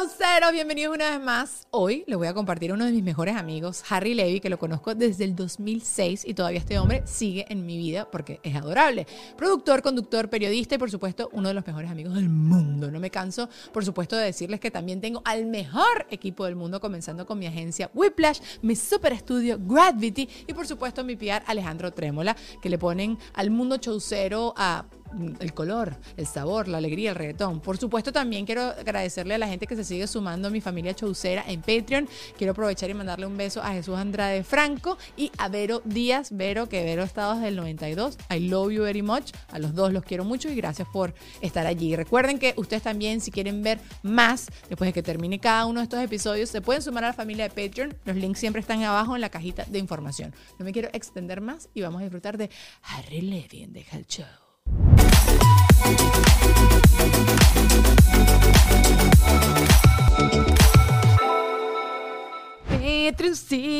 Chauceros, bienvenidos una vez más. Hoy les voy a compartir a uno de mis mejores amigos, Harry Levy, que lo conozco desde el 2006 y todavía este hombre sigue en mi vida porque es adorable. Productor, conductor, periodista y por supuesto uno de los mejores amigos del mundo. No me canso, por supuesto, de decirles que también tengo al mejor equipo del mundo, comenzando con mi agencia Whiplash, mi super estudio Gravity y por supuesto mi PR Alejandro Trémola, que le ponen al mundo chaucero a mm, el color, el sabor, la alegría, el reggaetón. Por supuesto, también quiero agradecerle a la gente que se sigue sumando a mi familia chaucera en Patreon. Quiero aprovechar y mandarle un beso a Jesús Andrade Franco y a Vero Díaz. Vero, que Vero está desde el 92. I love you very much. A los dos los quiero mucho y gracias por estar allí. Recuerden que ustedes también, si quieren ver más, después de que termine cada uno de estos episodios, se pueden sumar a la familia de Patreon. Los links siempre están abajo en la cajita de información. No me quiero extender más y vamos a disfrutar de Harry Levy en Deja el Show.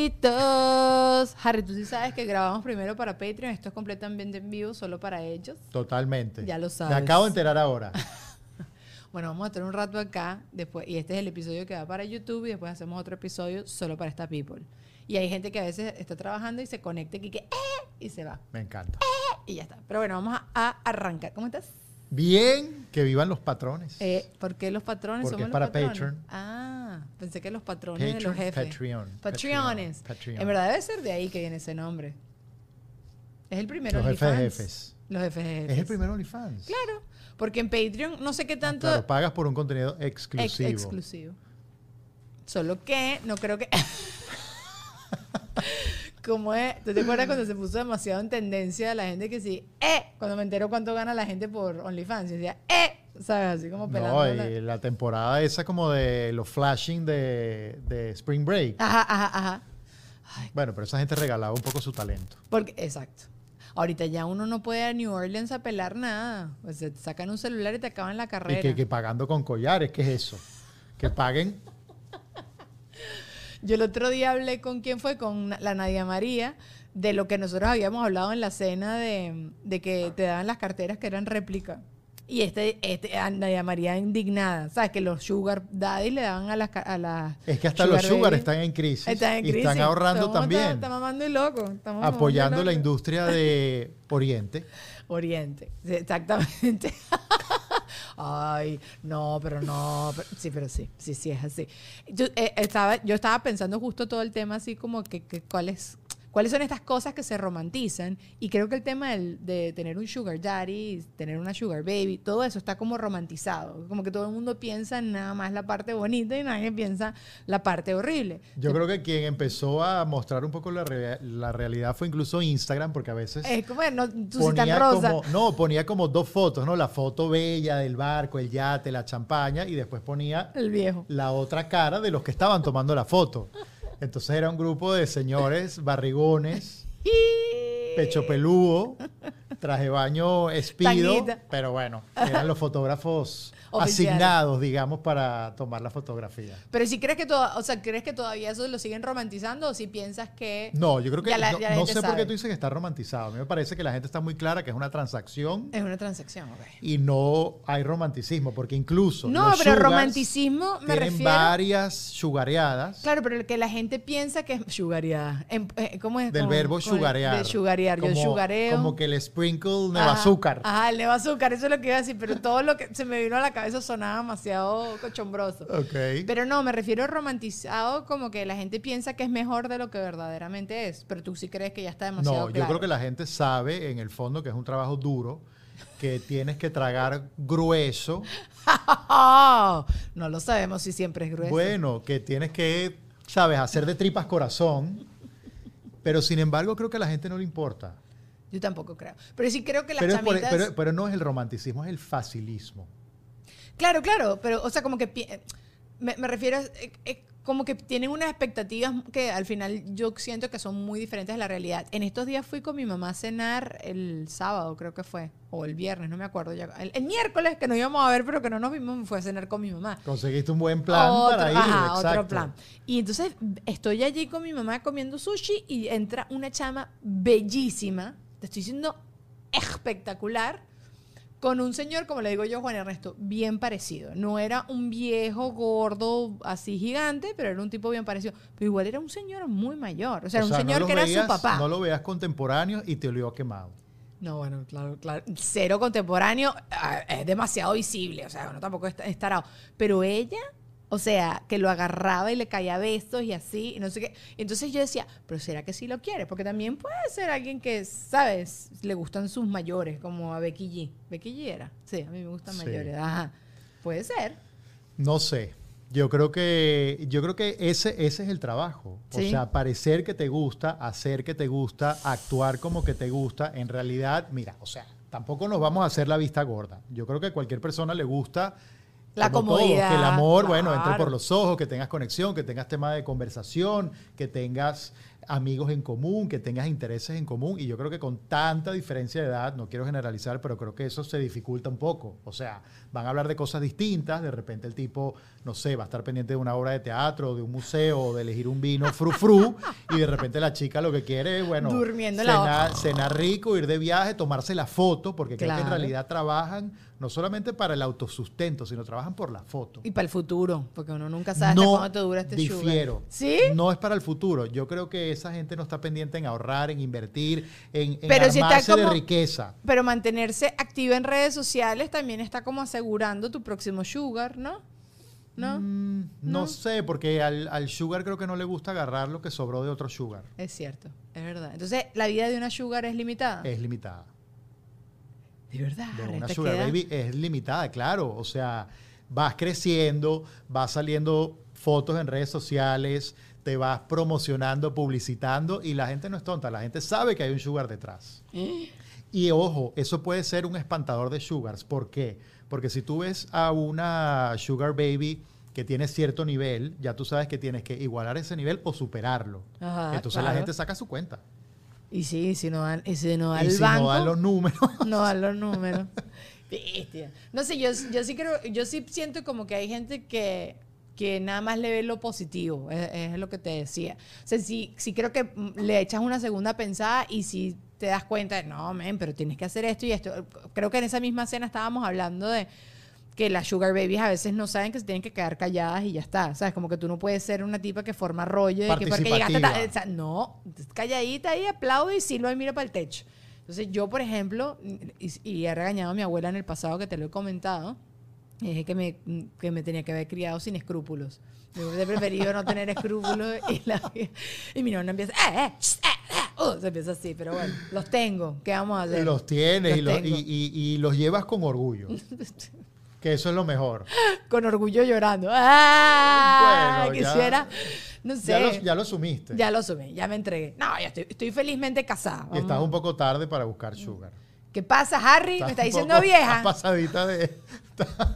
Patreoncitos. Harry, tú sí sabes que grabamos primero para Patreon. Esto es completamente en vivo, solo para ellos. Totalmente. Ya lo sabes. Me acabo de enterar ahora. Bueno, vamos a estar un rato acá. después Y este es el episodio que va para YouTube. Y después hacemos otro episodio solo para esta people. Y hay gente que a veces está trabajando y se conecta y que. ¡Eh! Y se va. Me encanta. Y ya está. Pero bueno, vamos a, a arrancar. ¿Cómo estás? Bien, que vivan los patrones. Eh, ¿Por qué los patrones Porque somos los es para patrones? Patreon. Ah, pensé que los patrones de Patreon, los jefes. Patreon, Patreones. Patreon, Patreon. En verdad debe ser de ahí que viene ese nombre. Es el primero Los jefes de OnlyFans. jefes. Los jefes de jefes. Es el primer OnlyFans. Claro, porque en Patreon no sé qué tanto Claro, pagas por un contenido ex- exclusivo. exclusivo. Solo que no creo que Como es, ¿tú te acuerdas cuando se puso demasiado en tendencia la gente que sí, eh, cuando me entero cuánto gana la gente por OnlyFans, yo decía, eh, sabes, así como pelando. no, la- y la temporada esa como de los flashing de, de Spring Break. Ajá, ajá, ajá. Ay, Bueno, pero esa gente regalaba un poco su talento. porque, exacto. Ahorita ya uno no puede a New Orleans apelar nada. Pues se te sacan un celular y te acaban la carrera. Y que, que pagando con collares, ¿qué es eso? Que paguen. Yo el otro día hablé con quién fue, con Na- la Nadia María, de lo que nosotros habíamos hablado en la cena de, de que te daban las carteras que eran réplica. Y este, este a Nadia María indignada, ¿sabes? Que los Sugar Daddy le daban a las. ca- A las Es que hasta los sugar Baby. están en crisis. Están en Y están crisis. ahorrando Todo el mundo también. Está, está mamando y loco. está mamando y apoyando la loco. industria de Oriente. Oriente, sí, exactamente. Ay, no, pero no, pero- sí, pero sí, sí, sí es así. Yo eh, estaba, yo estaba pensando justo todo el tema así como que, que cuáles, cuáles son estas cosas que se romantizan y creo que el tema del- de tener un sugar daddy, tener una sugar baby, todo eso está como romantizado, como que todo el mundo piensa nada más la parte bonita y nadie piensa la parte horrible. Yo creo que quien empezó a mostrar un poco la, rea- la realidad fue incluso Instagram, porque a veces Es como no, tú sí tan ponía Eh, rosa. como, no, ponía como dos fotos, ¿no? La foto bella del barco, el yate, la champaña, y después ponía El viejo. la otra cara de los que estaban tomando la foto. Entonces era un grupo de señores barrigones, pecho peludo, traje baño espido, Tanguita. pero bueno, eran los fotógrafos Oficiales. asignados, digamos, para tomar la fotografía. Pero si crees que toda, o sea, crees que todavía eso lo siguen romantizando o si piensas que No, yo creo que Ya la- no, ya la no gente sé por sabe. qué tú dices que está romantizado. A mí me parece que la gente está muy clara que es una transacción es una transacción, ok. y no hay romanticismo, porque incluso No, los pero sugars romanticismo me tienen refiero. varias sugareadas Claro, pero que la gente piensa que es sugareada. En- eh, ¿Cómo es? del Con- verbo con el- sugarear. De sugarear. Yo Como- sugareo. Como que el sprinkle neva Ajá, azúcar. Ajá, el neva azúcar, eso es lo que iba a decir, pero todo lo que se me vino a la cabeza sonaba demasiado cochombroso. Ok. Pero no, me refiero a romantizado como que la gente piensa que es mejor de lo que verdaderamente es, pero tú sí crees que ya está no, demasiado yo claro. creo que la gente sabe en el fondo que es un trabajo duro, que tienes que tragar grueso. no lo sabemos si siempre es grueso. Bueno, que tienes que, sabes, hacer de tripas corazón. Pero sin embargo, creo que a la gente no le importa. Yo tampoco creo. Pero sí creo que las Pero, es por- e- chamitas. pero- pero no es el romanticismo, es el facilismo. Claro, claro. Pero, o sea, como que. pi- eh, Me, me refiero a. eh, eh, como que tienen unas expectativas que al final yo siento que son muy diferentes de la realidad. En estos días fui con mi mamá a cenar el sábado, creo que fue, o el viernes, no me acuerdo ya. El, el miércoles que nos íbamos a ver, pero que no nos vimos, fue a cenar con mi mamá. Conseguiste un buen plan Otro- para ir. ajá, exacto. otro plan. Y entonces estoy allí con mi mamá comiendo sushi y entra una chama bellísima, te estoy diciendo espectacular, con un señor, como le digo yo, Juan Ernesto, bien parecido. No era un viejo gordo así gigante, pero era un tipo bien parecido. Pero igual era un señor muy mayor. O sea, O era sea, un señor no que los era veías- su papá. No lo veas contemporáneo y te olió quemado. No, bueno, claro, claro. Cero contemporáneo, ah, es demasiado visible, o sea, uno tampoco está estarado. Pero ella, o sea, que lo agarraba y le caía besos y así, y no sé qué. Entonces yo decía, pero ¿será que sí lo quiere? Porque también puede ser alguien que, ¿sabes? Le gustan sus mayores, como a Becky G. Becky G era. Sí, a mí me gustan Sí. mayores. Ajá. Puede ser. No sé. Yo creo que, yo creo que ese, ese es el trabajo. O Sí. sea, parecer que te gusta, hacer que te gusta, actuar como que te gusta. En realidad, mira, o sea, tampoco nos vamos a hacer la vista gorda. Yo creo que a cualquier persona le gusta La como todo, comodidad, que el amor, bueno, entre claro. por los ojos, que tengas conexión, que tengas tema de conversación, que tengas amigos en común, que tengas intereses en común. Y yo creo que con tanta diferencia de edad, no quiero generalizar, pero creo que eso se dificulta un poco. O sea, van a hablar de cosas distintas. De repente el tipo, no sé, va a estar pendiente de una obra de teatro, de un museo, o de elegir un vino frufru. y de repente la chica lo que quiere es, bueno, Durmiendo en la cenar, cenar rico, ir de viaje, tomarse la foto, porque creo que Claro. en realidad trabajan no solamente para el autosustento, sino trabajan por la foto. Y para el futuro, porque uno nunca sabe hasta cuándo te dura este sugar. difiero. ¿Sí? No es para el futuro. Yo creo que esa gente no está pendiente en ahorrar, en invertir, en, en Pero si está armarse de como- riqueza. Pero mantenerse activa en redes sociales también está como asegurando tu próximo sugar, ¿no? ¿No? Mm, no, No. sé, porque al, al sugar creo que no le gusta agarrar lo que sobró de otro sugar. Es cierto, es verdad. Entonces, ¿la vida de una sugar es limitada? Es limitada. de verdad. De ¿a una esta sugar qué edad? baby es limitada, claro. O sea, vas creciendo, vas saliendo fotos en redes sociales, te vas promocionando, publicitando y la gente no es tonta, la gente sabe que hay un sugar detrás. Y ojo, eso puede ser un espantador de sugars. ¿Por qué? Porque si tú ves a una sugar baby que tiene cierto nivel, ya tú sabes que tienes que igualar ese nivel o superarlo. Ajá, Entonces la Ah, claro. gente saca su cuenta. Y sí, si no dan, y si no da y el si banco, no dan los números. no dan los números. Bestia. No sé, yo, yo sí creo, yo sí siento como que hay gente que, que nada más le ve lo positivo, es, es lo que te decía. O sea, sí, sí creo que mm, le echas una segunda pensada y si te das cuenta, de, no, men, pero tienes que hacer esto y esto. Creo que en esa misma cena estábamos hablando de que las sugar babies a veces no saben que se tienen que quedar calladas y ya está. ¿Sabes? Como que tú no puedes ser una tipa que forma rollo de que porque llegaste Participativa. ta- o sea, no, calladita ahí, aplaude y silba y mira para el techo. Entonces yo, por ejemplo, y, y he regañado a mi abuela en el pasado, que te lo he comentado, le dije que me, que me tenía que haber criado sin escrúpulos. Me hubiese preferido no tener escrúpulos. Y, la- y mi nonna empieza, "Eh, eh, sh, eh, eh", uh, se empieza así, pero bueno, los tengo. ¿Qué vamos a hacer? Los tienes Los y, los, y, tengo. y- y los llevas con orgullo. que eso es lo mejor. Con orgullo llorando. ¡Ah! Bueno, ya- Quisiera, no sé. Ya, los- ya lo sumiste. Ya lo sumé, ya me entregué. No, ya estoy, estoy felizmente casada. Y Vamos. estás un poco tarde para buscar sugar. ¿Qué pasa, Harry? Estás Mm. me está un diciendo poco- estás vieja. Pasadita de. estás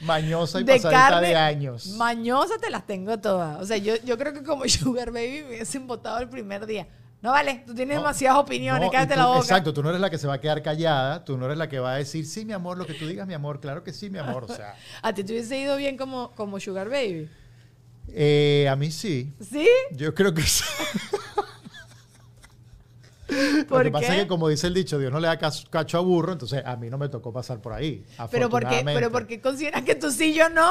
mañosa y De pasadita carne. de años. Mañosa te las tengo todas. O sea, yo, yo creo que como Sugar Baby me hubiesen votado el primer día. No vale, tú tienes No, demasiadas opiniones, No, y cállate tú- la boca. Exacto, tú no eres la que se va a quedar callada, tú no eres la que va a decir, sí, mi amor, lo que tú digas, mi amor, claro que sí, mi amor. O sea, A ti te hubiese ido bien como, como Sugar Baby. eh, a mí sí. ¿Sí? Yo creo que sí. Lo ¿Por que pasa qué? es que, como dice el dicho, Dios no le da cas- cacho a burro, entonces a mí no me tocó pasar por ahí. Pero ¿por qué, afortunadamente. pero ¿por qué consideras que tú sí, yo no?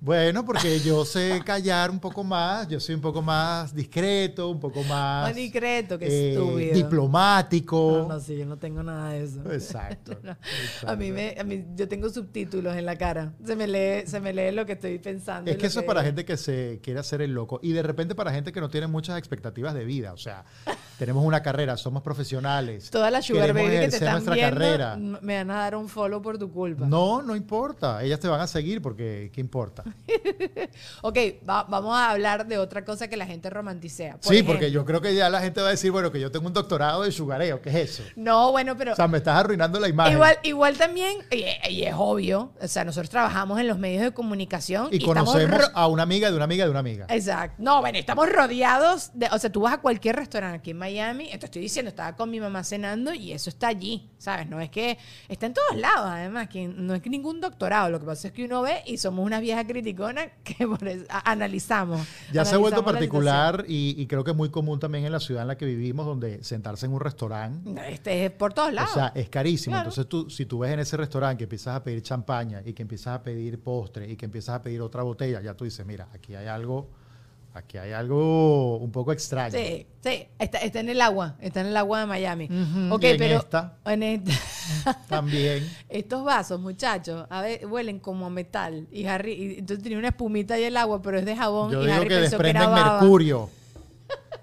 Bueno, porque yo sé callar un poco más, yo soy un poco más discreto, un poco más Más discreto, qué eh, estúpido. diplomático. Ah, No, no, sí, yo no tengo nada de eso. Exacto. A mí, me, a mí- yo tengo subtítulos en la cara. Se me lee, se me lee lo que estoy pensando. y Es que lo eso es para gente que se quiere hacer el loco y de repente para gente que no tiene muchas expectativas de vida. O sea, tenemos una carrera, somos profesionales. Todas las sugar queremos baby que te ejercer están nuestra viendo carrera. m- me van a dar un follow por tu culpa. No, no importa. Ellas te van a seguir porque, ¿qué importa? Ok, va- vamos a hablar de otra cosa que la gente romanticea. Por sí, ejemplo- porque yo creo que ya la gente va a decir, bueno, que yo tengo un doctorado de sugareo. ¿Qué es eso? No, bueno, pero... O sea, me estás arruinando la imagen. Igual, igual también, y, y es obvio, o sea, nosotros trabajamos en los medios de comunicación y, y estamos conocemos ro- a una amiga de una amiga de una amiga. Exacto. No, bueno, estamos rodeados de, o sea, tú vas a cualquier restaurante aquí en Miami, te estoy diciendo, estaba con mi mamá cenando y eso está allí, ¿sabes? No es que está en todos lados, además, que no es que ningún doctorado, lo que pasa es que uno ve y somos unas viejas criticona que por eso- a- analizamos. Ya se ha vuelto Analizamos la particular y, y creo que es muy común también en la ciudad en la que vivimos, donde sentarse en un restaurante. situación. Este es por todos lados. O sea, es carísimo. Claro. Entonces, tú, si tú ves en ese restaurante que empiezas a pedir champaña y que empiezas a pedir postre y que empiezas a pedir otra botella, ya tú dices, mira, aquí hay algo, aquí hay algo un poco extraño. Sí, sí, está, está en el agua, está en el agua de Miami. Ujú, Ok, y en pero esta. en esta- También. estos vasos, muchachos, a ver, huelen como a metal. Y Harry, y entonces tenía una espumita ahí el agua, pero es de jabón. Yo y digo Harry que pensó era desprenden baba. mercurio.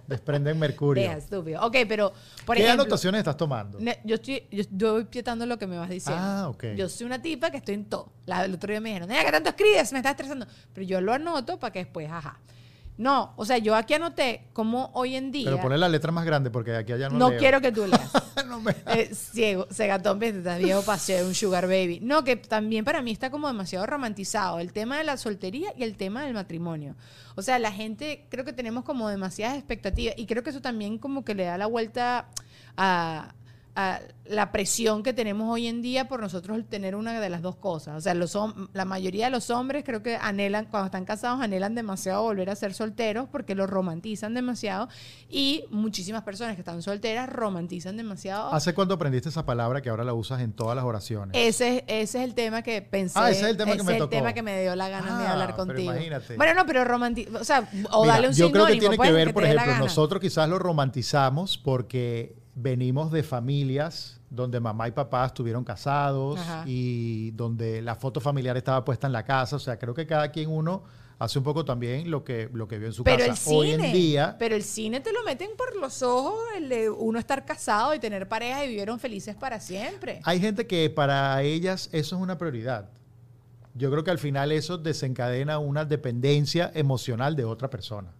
Desprenden mercurio. Deja, estúpido. Ok, pero por ¿Qué ejemplo, anotaciones estás tomando? ne- yo estoy, yo, yo voy pietando lo que me vas diciendo. Ah, ok. Yo soy una tipa que estoy en todo. La- el otro día me dijeron, mira, que tanto escribes, me estás estresando. Pero yo lo anoto para que después, ajá. No, o sea, yo aquí anoté como hoy en día. Pero ponle la letra más grande porque de aquí a allá no no leo. quiero que tú leas. No me- Eh, ciego, cegatón, viste, estás viejo para ser un sugar baby. No, que también para mí está como demasiado romantizado el tema de la soltería y el tema del matrimonio. O sea, la gente creo que tenemos como demasiadas expectativas y creo que eso también como que le da la vuelta a, a la presión que tenemos hoy en día por nosotros tener una de las dos cosas. O sea, los hom- la mayoría de los hombres creo que anhelan, cuando están casados, anhelan demasiado volver a ser solteros porque lo romantizan demasiado y muchísimas personas que están solteras romantizan demasiado ¿Hace cuánto aprendiste esa palabra que ahora la usas en todas las oraciones? ese, es- ese es el tema que pensé. Ah, ese es el tema que me es tocó. tema que me dio la gana de Ah, hablar pero contigo. imagínate. Bueno, no, pero romantizar. O sea, o Mira, dale un yo creo que sinónimo, tiene pues, que ver, te por dé la ejemplo, gana. nosotros quizás lo romantizamos porque venimos de familias donde mamá y papá estuvieron casados Ajá. y donde la foto familiar estaba puesta en la casa. O sea, creo que cada quien uno hace un poco también lo que, lo que vio en su Pero el casa. cine. Hoy en día, Pero el cine te lo meten por los ojos, el de uno estar casado y tener pareja y vivieron felices para siempre. hay gente que para ellas eso es una prioridad. Yo creo que al final eso desencadena una dependencia emocional de otra persona.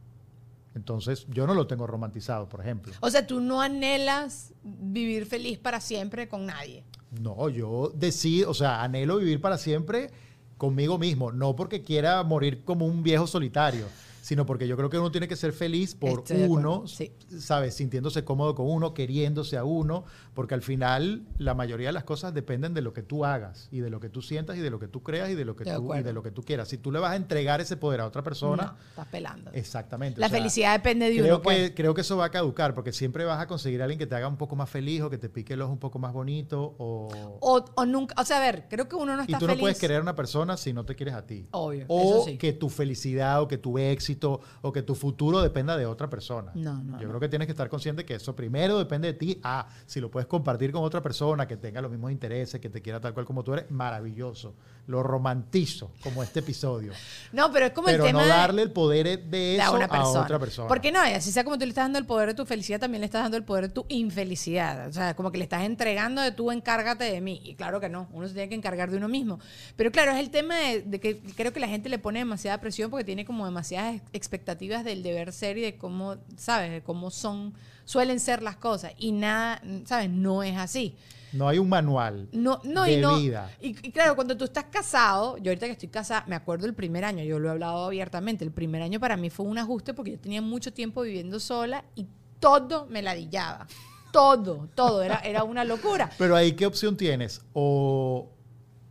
Entonces, yo no lo tengo romantizado, por ejemplo. O sea, tú no anhelas vivir feliz para siempre con nadie. No, yo decido, o sea, anhelo vivir para siempre conmigo mismo, no porque quiera morir como un viejo solitario, sino porque yo creo que uno tiene que ser feliz por Estoy de acuerdo, uno, sí. ¿sabes? Sintiéndose cómodo con uno, queriéndose a uno, porque al final la mayoría de las cosas dependen de lo que tú hagas y de lo que tú sientas y de lo que tú creas y de lo que, De tú, y acuerdo. de lo que tú quieras. Si tú le vas a entregar ese poder a otra persona, No, estás pelando. exactamente. o la sea, felicidad depende de creo, uno. pues. que, creo que eso va a caducar, porque siempre vas a conseguir a alguien que te haga un poco más feliz o que te pique el ojo un poco más bonito o... O, o nunca, o sea, a ver, creo que uno no Y está tú no feliz. puedes querer a una persona si no te quieres a ti. Obvio, O eso sí. que tu felicidad o que tu éxito o que tu futuro dependa de otra persona. No, no, Yo no. creo que tienes que estar consciente que eso primero depende de ti. Ah, si lo puedes compartir con otra persona que tenga los mismos intereses, que te quiera tal cual como tú eres, maravilloso. Lo romantizo como este episodio. No, pero es como pero el tema no de- darle el poder de de eso a una persona. a otra persona. Porque no, y así sea como tú le estás dando el poder de tu felicidad, también le estás dando el poder de tu infelicidad. O sea, como que le estás entregando de tú, encárgate de mí. Y claro que no, uno se tiene que encargar de uno mismo. Pero claro, es el tema de, de que creo que la gente le pone demasiada presión porque tiene como demasiadas ex- expectativas del deber ser y de cómo, ¿sabes? De cómo son, suelen ser las cosas. Y nada, ¿sabes? No es así. No hay un manual. No, no, de y no. vida. Y, y claro, cuando tú estás casado, yo ahorita que estoy casada, me acuerdo el primer año, yo lo he hablado abiertamente, el primer año para mí fue un ajuste porque yo tenía mucho tiempo viviendo sola y todo me ladillaba. Todo, todo, era, era una locura. Pero ahí, ¿qué opción tienes? O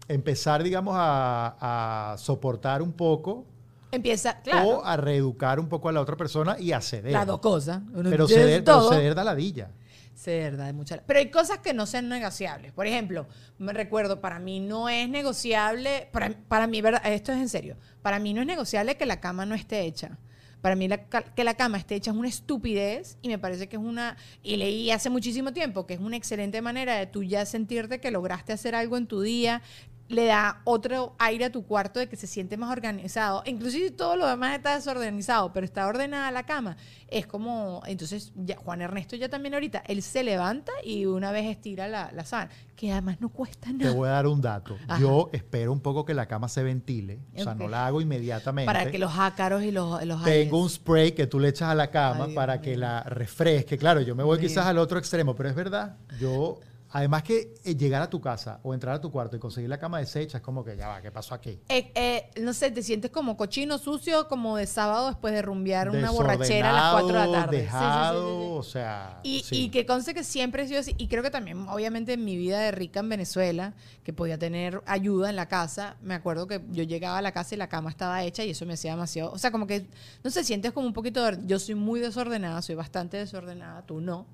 empezar, digamos, a, a soportar un poco Empieza, claro, o a reeducar un poco a la otra persona y a ceder. las dos cosas. Uno Pero tiene ceder, pero todo. ceder da ladilla. Sí, de verdad, de mucha. Pero hay cosas que no son negociables. Por ejemplo, me recuerdo, para mí no es negociable, para, para mí, verdad, esto es en serio, para mí no es negociable que la cama no esté hecha. Para mí la ca- que la cama esté hecha es una estupidez y me parece que es una, y leí hace muchísimo tiempo, que es una excelente manera de tú ya sentirte que lograste hacer algo en tu día, le da otro aire a tu cuarto de que se siente más organizado. Inclusive si todo lo demás está desorganizado, pero está ordenada la cama. Es como, entonces ya, Juan Ernesto ya también ahorita, él se levanta y una vez estira la, la sábana, que además no cuesta Te nada. voy a dar un dato. Ajá. Yo espero un poco que la cama se ventile. O sea, no Ok. la hago inmediatamente. Para que los ácaros y los... los aires- Tengo un spray que tú le echas a la cama Ay, Dios para mío. que la refresque. Claro, yo me voy Dios mío. quizás al otro extremo, pero es verdad. Yo Además que eh, llegar a tu casa o entrar a tu cuarto y conseguir la cama deshecha es como que ya va, ¿qué pasó aquí? Eh, eh, no sé, te sientes como cochino, sucio, como de sábado después de rumbear una borrachera a las 4 de la tarde. Sí, sí, sí, Dejado, sí. o sea. Y, sí. y que conste que siempre he sido así. Y creo que también, obviamente, en mi vida de rica en Venezuela, que podía tener ayuda en la casa, me acuerdo que yo llegaba a la casa y la cama estaba hecha y eso me hacía demasiado. O sea, como que, no sé, sientes como un poquito. de- yo soy muy desordenada, soy bastante desordenada, tú no.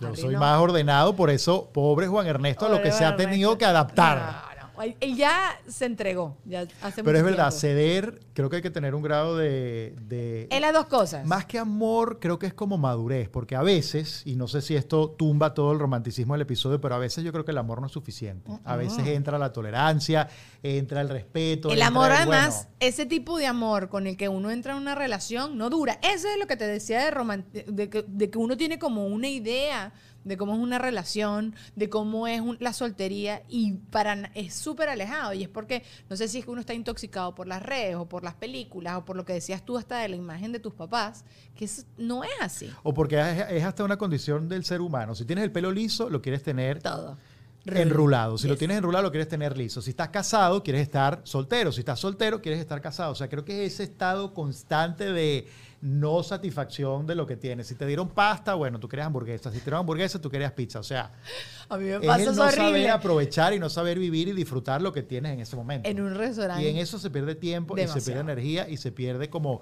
Yo Harry soy no. más ordenado, por eso, pobre Juan Ernesto, a lo Pobre que se ha Juan tenido Ernesto. que adaptar. No, no. Él, él ya se entregó. Ya hace Pero mucho es verdad, tiempo. ceder, creo que hay que tener un grado de. de- Él a dos cosas. más que amor, creo que es como madurez, porque a veces, y no sé si esto tumba todo el romanticismo del episodio, pero a veces yo creo que el amor no es suficiente. A veces entra la tolerancia, entra el respeto. El entra amor, el, además, bueno, ese tipo de amor con el que uno entra en una relación no dura. Eso es lo que te decía de, roman- de, que, de que uno tiene como una idea de cómo es una relación, de cómo es un- la soltería, y para na- es súper alejado. Y es porque, no sé si es que uno está intoxicado por las redes o por las películas o por lo que decías tú hasta de la imagen de tus papás, que eso no es así. o porque es, es hasta una condición del ser humano. Si tienes el pelo liso, lo quieres tener Todo. enrulado. Si lo Yes. tienes enrulado, lo quieres tener liso. Si estás casado, quieres estar soltero. Si estás soltero, quieres estar casado. O sea, creo que es ese estado constante de no satisfacción de lo que tienes. Si te dieron pasta, bueno, tú querías hamburguesas. Si te dieron hamburguesas, tú querías pizza. O sea, A mí me es pasa el eso no horrible. saber aprovechar y no saber vivir y disfrutar lo que tienes en ese momento. En un restaurante. y en eso se pierde tiempo y se Demasiado. pierde energía y se pierde como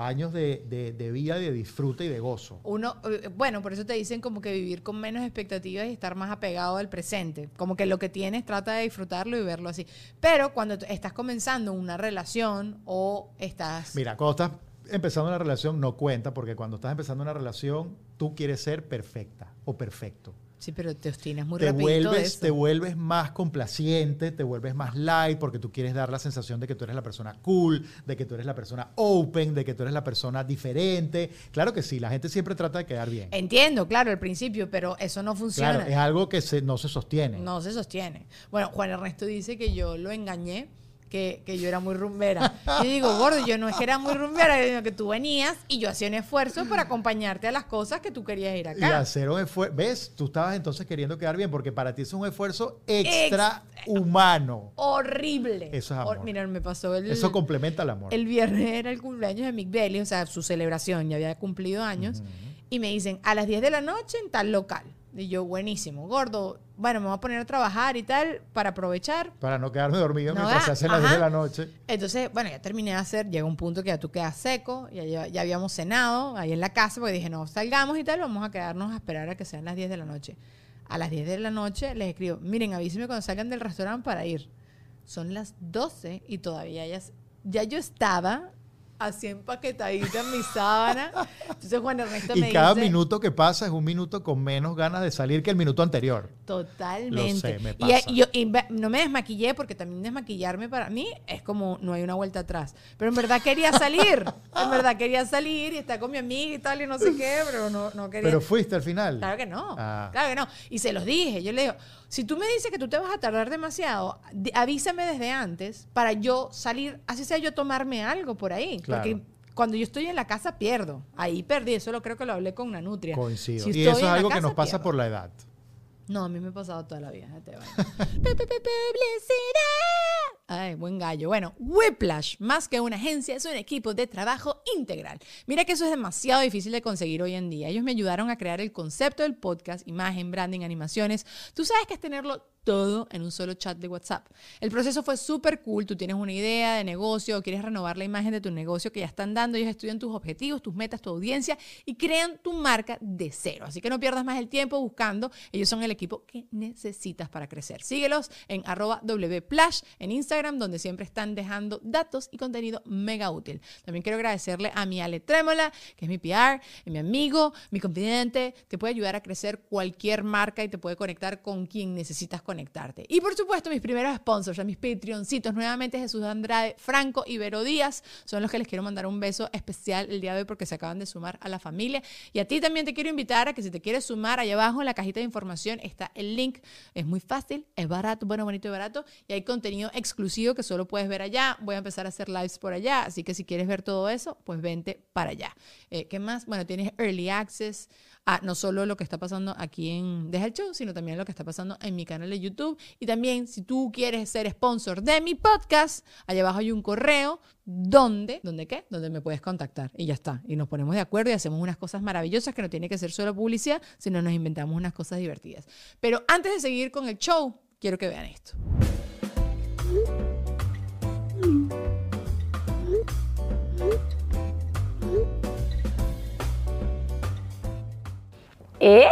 años de, de- de vida, de disfrute y de gozo. uno, eh, bueno, por eso te dicen como que vivir con menos expectativas y estar más apegado al presente. Como que lo que tienes trata de disfrutarlo y verlo así. Pero cuando tú estás comenzando una relación o estás... Mira, cuando estás empezando una relación no cuenta porque cuando estás empezando una relación tú quieres ser perfecta o perfecto. sí, pero te obstinas muy Te rapidito de vuelves, eso. te vuelves más complaciente, te vuelves más light porque tú quieres dar la sensación de que tú eres la persona cool, de que tú eres la persona open, de que tú eres la persona diferente. Claro que sí, la gente siempre trata de quedar bien. Entiendo, claro, al principio, pero eso no funciona. Claro, es algo que se- no se sostiene. No se sostiene. Bueno, Juan Ernesto dice que yo lo engañé, que, que yo era muy rumbera. Yo digo, gordo, yo no es que era muy rumbera, sino que tú venías y yo hacía un esfuerzo para acompañarte a las cosas que tú querías ir Y acá. hacer un esfuerzo. ¿Ves? Tú estabas entonces queriendo quedar bien porque para ti es un esfuerzo extra humano. horrible. Eso es amor. Hor- Mira, me pasó el, Eso complementa el amor. el viernes era el cumpleaños de Mick Bailey, o sea, su celebración, ya había cumplido años, y me dicen, a las 10 de la noche en tal local. Y yo, buenísimo, gordo, bueno, me voy a poner a trabajar y tal para aprovechar. Para no quedarme dormido No, mientras se ah, hacen las ajá. 10 de la noche. Entonces, bueno, ya terminé de hacer, llega un punto que ya tú quedas seco, ya, ya, ya habíamos cenado ahí en la casa, porque dije, no, salgamos y tal, vamos a quedarnos a esperar a que sean las 10 de la noche. A las 10 de la noche les escribo, miren, avísenme cuando salgan del restaurante para ir. Son las 12 y todavía ya, ya yo estaba así empaquetadita en mi sábana. Entonces Juan Ernesto me Y cada dice, minuto que pasa es un minuto con menos ganas de salir que el minuto anterior. Totalmente. Lo sé, me Y- pasa. Y, yo y ve- no me desmaquillé porque también desmaquillarme para mí es como no hay una vuelta atrás. Pero en verdad quería salir. en verdad quería salir y estar con mi amiga y tal y no sé qué, pero no, no quería. Pero fuiste al final. Claro que no. Ah. Claro que no. Y se los dije. Yo le digo, si tú me dices que tú te vas a tardar demasiado, di- avísame desde antes para yo salir, así sea yo tomarme algo por ahí. Claro. Porque cuando yo estoy en la casa pierdo. Ahí perdí. Eso lo creo que lo hablé con una nutria. Coincido. Si estoy y eso es en la algo que casa, nos pasa pierdo. por la edad. No, a mí me ha pasado toda la vida. este déjate de vaina. Pu- pu- pu- Publicidad. Ay, buen gallo. Bueno, Whiplash, más que una agencia, es un equipo de trabajo integral. Mira que eso es demasiado difícil de conseguir hoy en día. Ellos me ayudaron a crear el concepto del podcast, imagen, branding, animaciones. Tú sabes que es tenerlo todo en un solo chat de WhatsApp. El proceso fue súper cool. Tú tienes una idea de negocio o quieres renovar la imagen de tu negocio que ya están dando. Ellos estudian tus objetivos, tus metas, tu audiencia y crean tu marca de cero. Así que no pierdas más el tiempo buscando. Ellos son el equipo que necesitas para crecer. Síguelos en arroba wplash en Instagram, donde siempre están dejando datos y contenido mega útil. También quiero agradecerle a mi Ale Trémola, que es mi PR, y mi amigo, mi confidente. Te puede ayudar a crecer cualquier marca y te puede conectar con quien necesitas conectar conectarte. Y por supuesto, mis primeros sponsors, a mis Patreoncitos, nuevamente Jesús Andrade, Franco y Vero Díaz, son los que les quiero mandar un beso especial el día de hoy porque se acaban de sumar a la familia. Y a ti también te quiero invitar a que si te quieres sumar, allá abajo en la cajita de información está el link. Es muy fácil, es barato, bueno, bonito y barato. Y hay contenido exclusivo que solo puedes ver allá. Voy a empezar a hacer lives por allá. Así que si quieres ver todo eso, pues vente para allá. Eh, ¿Qué más? Bueno, tienes early access a no solo lo que está pasando aquí en Deja el Show, sino también lo que está pasando en mi canal de YouTube. Y también, si tú quieres ser sponsor de mi podcast, allá abajo hay un correo donde, ¿dónde qué? Donde me puedes contactar. Y ya está. Y nos ponemos de acuerdo y hacemos unas cosas maravillosas que no tiene que ser solo publicidad, sino nos inventamos unas cosas divertidas. Pero antes de seguir con el show, quiero que vean esto. ¡Eh!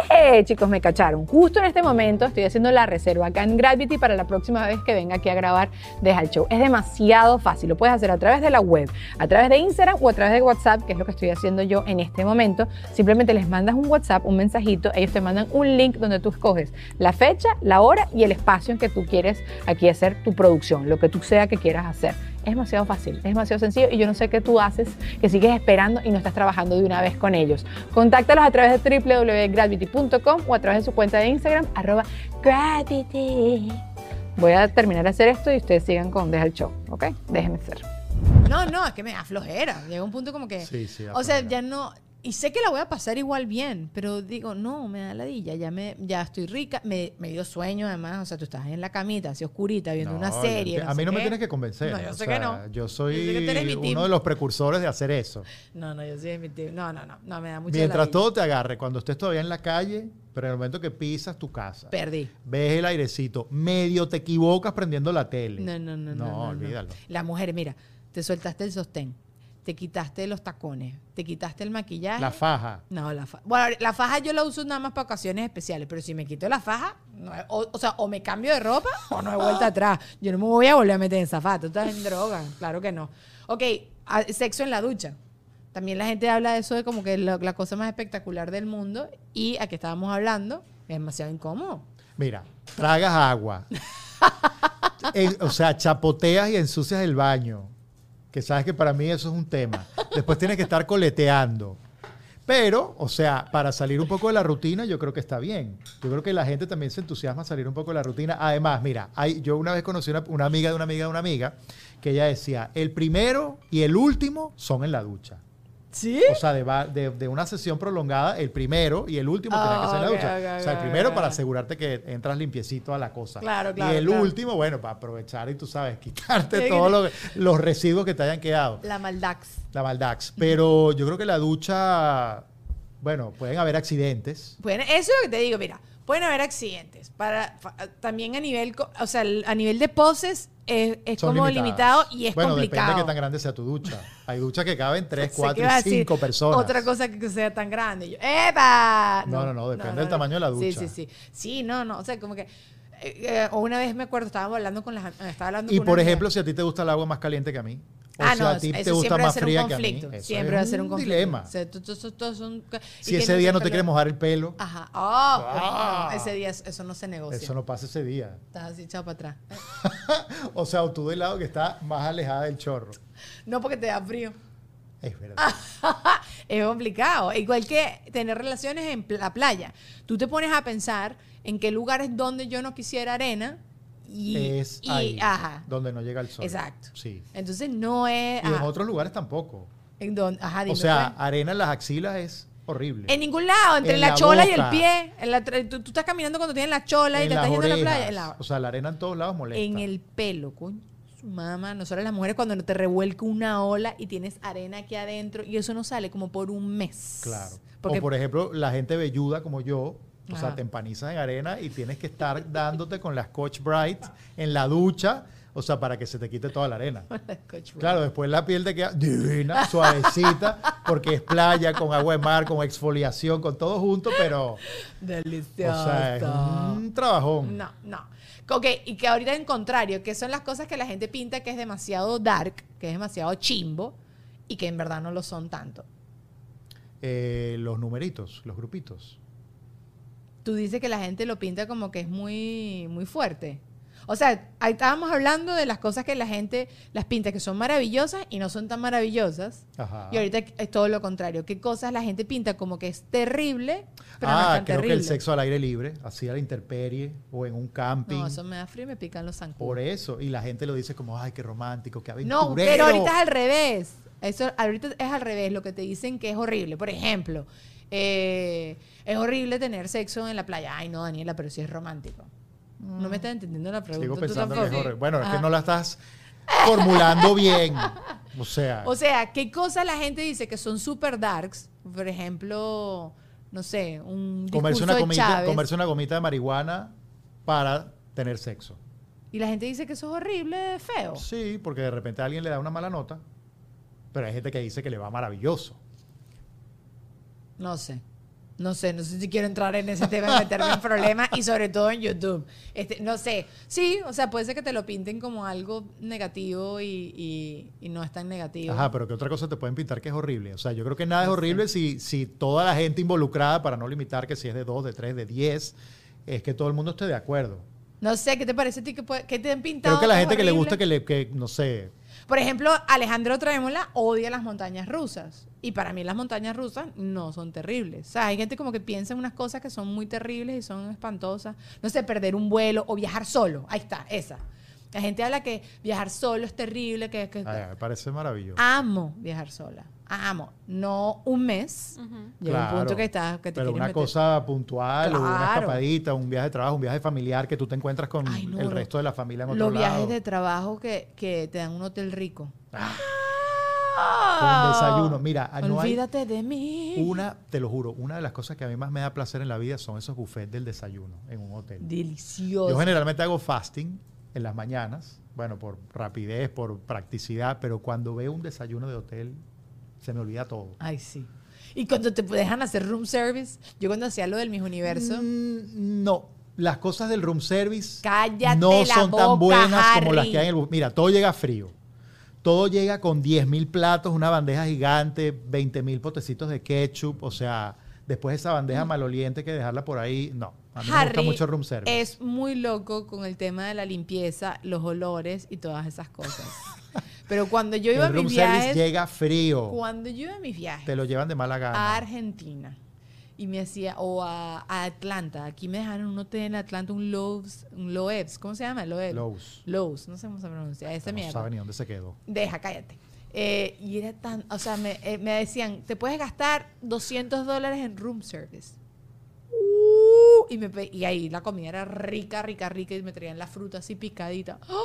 Chicos, me cacharon. Justo en este momento estoy haciendo la reserva acá en Gravity para la próxima vez que venga aquí a grabar Deja el Show. Es demasiado fácil. Lo puedes hacer a través de la web, a través de Instagram o a través de WhatsApp, que es lo que estoy haciendo yo en este momento. Simplemente les mandas un WhatsApp, un mensajito, ellos te mandan un link donde tú escoges la fecha, la hora y el espacio en que tú quieres aquí hacer tu producción, lo que tú sea que quieras hacer es demasiado fácil, es demasiado sencillo y yo no sé qué tú haces, que sigues esperando y no estás trabajando de una vez con ellos. Contáctalos a través de www.gravity.com o a través de su cuenta de Instagram, arroba gravity. Voy a terminar de hacer esto y ustedes sigan con Deja el Show, ¿ok? Déjenme ser. No, no, es que me aflojera. Llega un punto como que... Sí, sí, o sea, aflojera. ya no... Y sé que la voy a pasar igual bien, pero digo, no, me da ladilla, ya me ya estoy rica, me, me dio sueño además, o sea, tú estás en la camita, así oscurita, viendo No, una yo serie. entiendo. a sé mí no me qué. tienes que convencer. No, yo o sé sea, que no. Yo Yo sé que tú eres mi soy team. uno de los precursores de hacer eso. No, no, yo sí es mi tío. No, no, no, no me da mucha Mientras ladilla. todo te agarre, cuando estés todavía en la calle, pero en el momento que pisas tu casa, Perdí. ves el airecito, medio te equivocas prendiendo la tele. No, no, no, no. No, no, no. olvídalo. La mujer, mira, te soltaste el sostén, te quitaste los tacones, te quitaste el maquillaje. La faja. no, la faja. Bueno, la faja yo la uso nada más para ocasiones especiales, pero si me quito la faja, no he- o, o sea, o me cambio de ropa o no he vuelto atrás. Yo no me voy a volver a meter en zafata. Tú estás en droga, claro que no. Ok, a- sexo en la ducha. También la gente habla de eso de como que la, la cosa más espectacular del mundo y a que estábamos hablando es demasiado incómodo. Mira, tragas agua. Eh, o sea, chapoteas y ensucias el baño. Que sabes que para mí eso es un tema. Después tienes que estar coleteando. Pero, o sea, para salir un poco de la rutina, yo creo que está bien. Yo creo que la gente también se entusiasma a salir un poco de la rutina. Además, mira, hay, yo una vez conocí una, una amiga de una amiga de una amiga que ella decía, el primero y el último son en la ducha. ¿Sí? O sea, de, va- de- de una sesión prolongada, el primero y el último tenía que ser en la Ah, ok, ducha. ok, o sea, el ok, primero ok. para asegurarte que entras limpiecito a la cosa. Claro, Y claro, el claro. último, bueno, para aprovechar y tú sabes, quitarte Sí, todos los, los residuos que te hayan quedado. La maldad. La maldax. Pero yo creo que la ducha, bueno, pueden haber accidentes. Bueno, eso es lo que te digo, mira, pueden haber accidentes. Para, fa- también a nivel, co- o sea, el- a nivel de poses es, es Son como limitado limitadas. y es bueno, complicado. depende de qué tan grande sea tu ducha. Hay duchas que caben 3, Pensé que 4 iba a y decir 5 personas. Otra cosa que sea tan grande. Y yo, ¡Epa! No, no, no, depende del tamaño de la ducha. Sí, sí, sí. Sí, no, no, o sea, como que... eh, eh, o una vez me acuerdo, estábamos hablando con las... am- Estaba hablando Y con una por amiga. ejemplo, si a ti te gusta el agua más caliente que a mí. O Ah, si no, a ti eso te gusta siempre va a más ser un fría que a mí. conflicto. eso Siempre es va a ser un conflicto. dilema. O sea, to- to- to- todos son- ¿y Si quién ese no día se no te peló? quieres mojar el pelo, Ajá. Ah, Ah. pero no, ese día es- eso no se negocia. eso no pasa ese día. Estás así echado para atrás. O sea, o tú del lado que está más alejada del chorro. No porque te da frío. Es verdad. Ah, es complicado. Igual que tener relaciones en pl- la playa. Tú te pones a pensar en qué lugares donde yo no quisiera arena y. es y- ahí Ajá. donde no llega el sol. Exacto. Sí. Entonces no es. Y en ajá, otros lugares tampoco. en don- ajá, dime, O sea, pues. arena en las axilas es horrible. En ningún lado, entre en la, la chola y el boca. pie. en la tra- tú, tú estás caminando cuando tienes la chola y En te estás las yendo a la orejas. playa. En, la- O sea, la arena en todos lados molesta. en el pelo, coño. Su mamá, nosotros las mujeres cuando te revuelca una ola y tienes arena aquí adentro y eso no sale como por un mes. Claro. Porque o por e- ejemplo, la gente velluda como yo, o Ajá. sea, te empanizas en arena y tienes que estar dándote con la Scotch Bright en la ducha, o sea, para que se te quite toda la arena. Claro, después la piel te queda divina, suavecita, porque es playa, con agua de mar, con exfoliación, con todo junto, pero, o Delicioso. sea, es un trabajón. No, no. Ok, y que ahorita en contrario, que son las cosas que la gente pinta que es demasiado dark, que es demasiado chimbo y que en verdad no lo son tanto. Eh, los numeritos, los grupitos. tú dices que la gente lo pinta como que es muy, muy fuerte. O sea, ahí estábamos hablando de las cosas que la gente las pinta que son maravillosas y no son tan maravillosas. Ajá. Y ahorita es todo lo contrario. ¿Qué cosas la gente pinta como que es terrible, pero no es ah, tan creo terrible? que el sexo al aire libre, así a la intemperie o en un camping. No, eso me da frío y me pican los zancudos. Por eso. Y la gente lo dice como, ay, qué romántico, qué aventurero. No, pero ahorita es al revés. Eso ahorita es al revés lo que te dicen que es horrible. Por ejemplo, eh, es horrible tener sexo en la playa. Ay, no, Daniela, pero sí es romántico. No me estás entendiendo la pregunta. Sigo tú pensando que es tampoco. Ah. horrible. Bueno, es Ajá. que no la estás formulando bien. O sea, O sea, ¿qué cosas la gente dice que son super darks? Por ejemplo, no sé, un comerse, discurso una de gomita, Chávez. comerse una gomita de marihuana para tener sexo. Y la gente dice que eso es horrible, feo. Sí, porque de repente alguien le da una mala nota, pero hay gente que dice que le va maravilloso. No sé. No sé, no sé si quiero entrar en ese tema y meterme en problemas y sobre todo en YouTube. Este, no sé. Sí, o sea, puede ser que te lo pinten como algo negativo y, y- y no es tan negativo. Ajá, pero ¿qué otra cosa te pueden pintar que es horrible? O sea, yo creo que nada es horrible si, si toda la gente involucrada, para no limitar que si es de 2, de 3, de 10, es que todo el mundo esté de acuerdo. No sé, ¿qué te parece a ti que, puede- que te han pintado? Creo que la como gente que le horrible? gusta que le, que, no sé, Por ejemplo, Alejandro Trémola odia las montañas rusas. Y para mí las montañas rusas no son terribles. O sea, hay gente como que piensa en unas cosas que son muy terribles y son espantosas. No sé, perder un vuelo o viajar solo. Ahí está, esa. La gente habla que viajar solo es terrible, que... que- ay, me parece maravilloso. amo viajar sola. Amo. No un mes. Llega Claro, un punto que estás... Que te pero quieres una meter. cosa puntual, o una Claro. escapadita, un viaje de trabajo, un viaje familiar que tú te encuentras con Ay, no, el lo- resto de la familia en otro Los lado. Ah, viajes de trabajo que, que te dan un hotel rico. con desayuno. Mira, ah, no hay Olvídate de mí. una, te lo juro, una de las cosas que a mí más me da placer en la vida son esos buffets del desayuno en un hotel. Delicioso. Yo generalmente hago fasting en las mañanas, bueno, por rapidez, por practicidad, pero cuando veo un desayuno de hotel, se me olvida todo. Ay, sí. Y cuando te dejan hacer room service, yo cuando hacía lo del mis universo, Mm, no, las cosas del room service Cállate no la son boca, tan buenas como las Harry. que hay en el bu- Mira, todo llega frío. Todo llega con 10.000 mil platos, una bandeja gigante, 20.000 mil potecitos de ketchup. O sea, después esa bandeja maloliente que dejarla por ahí, no. A mí me gusta Mm. Harry mucho el room service. es muy loco con el tema de la limpieza, los olores y todas esas cosas. Pero cuando yo iba a el room mis service viajes, llega frío. cuando yo iba a mis viajes, Te lo llevan de mala gana. a Argentina y me hacía o a, a Atlanta aquí me dejaron un hotel en Atlanta un Lowe's un Loews cómo se llama Loews Lowe's. Lowe's no sé cómo se pronuncia esa no mierda sabe ni dónde se quedó. deja cállate Eh, y era tan o sea me, eh, me decían te puedes gastar 200 dólares en room service Uh, y, me pe- y ahí la comida era rica, rica, rica y me traían la fruta así picadita. ¡Ah!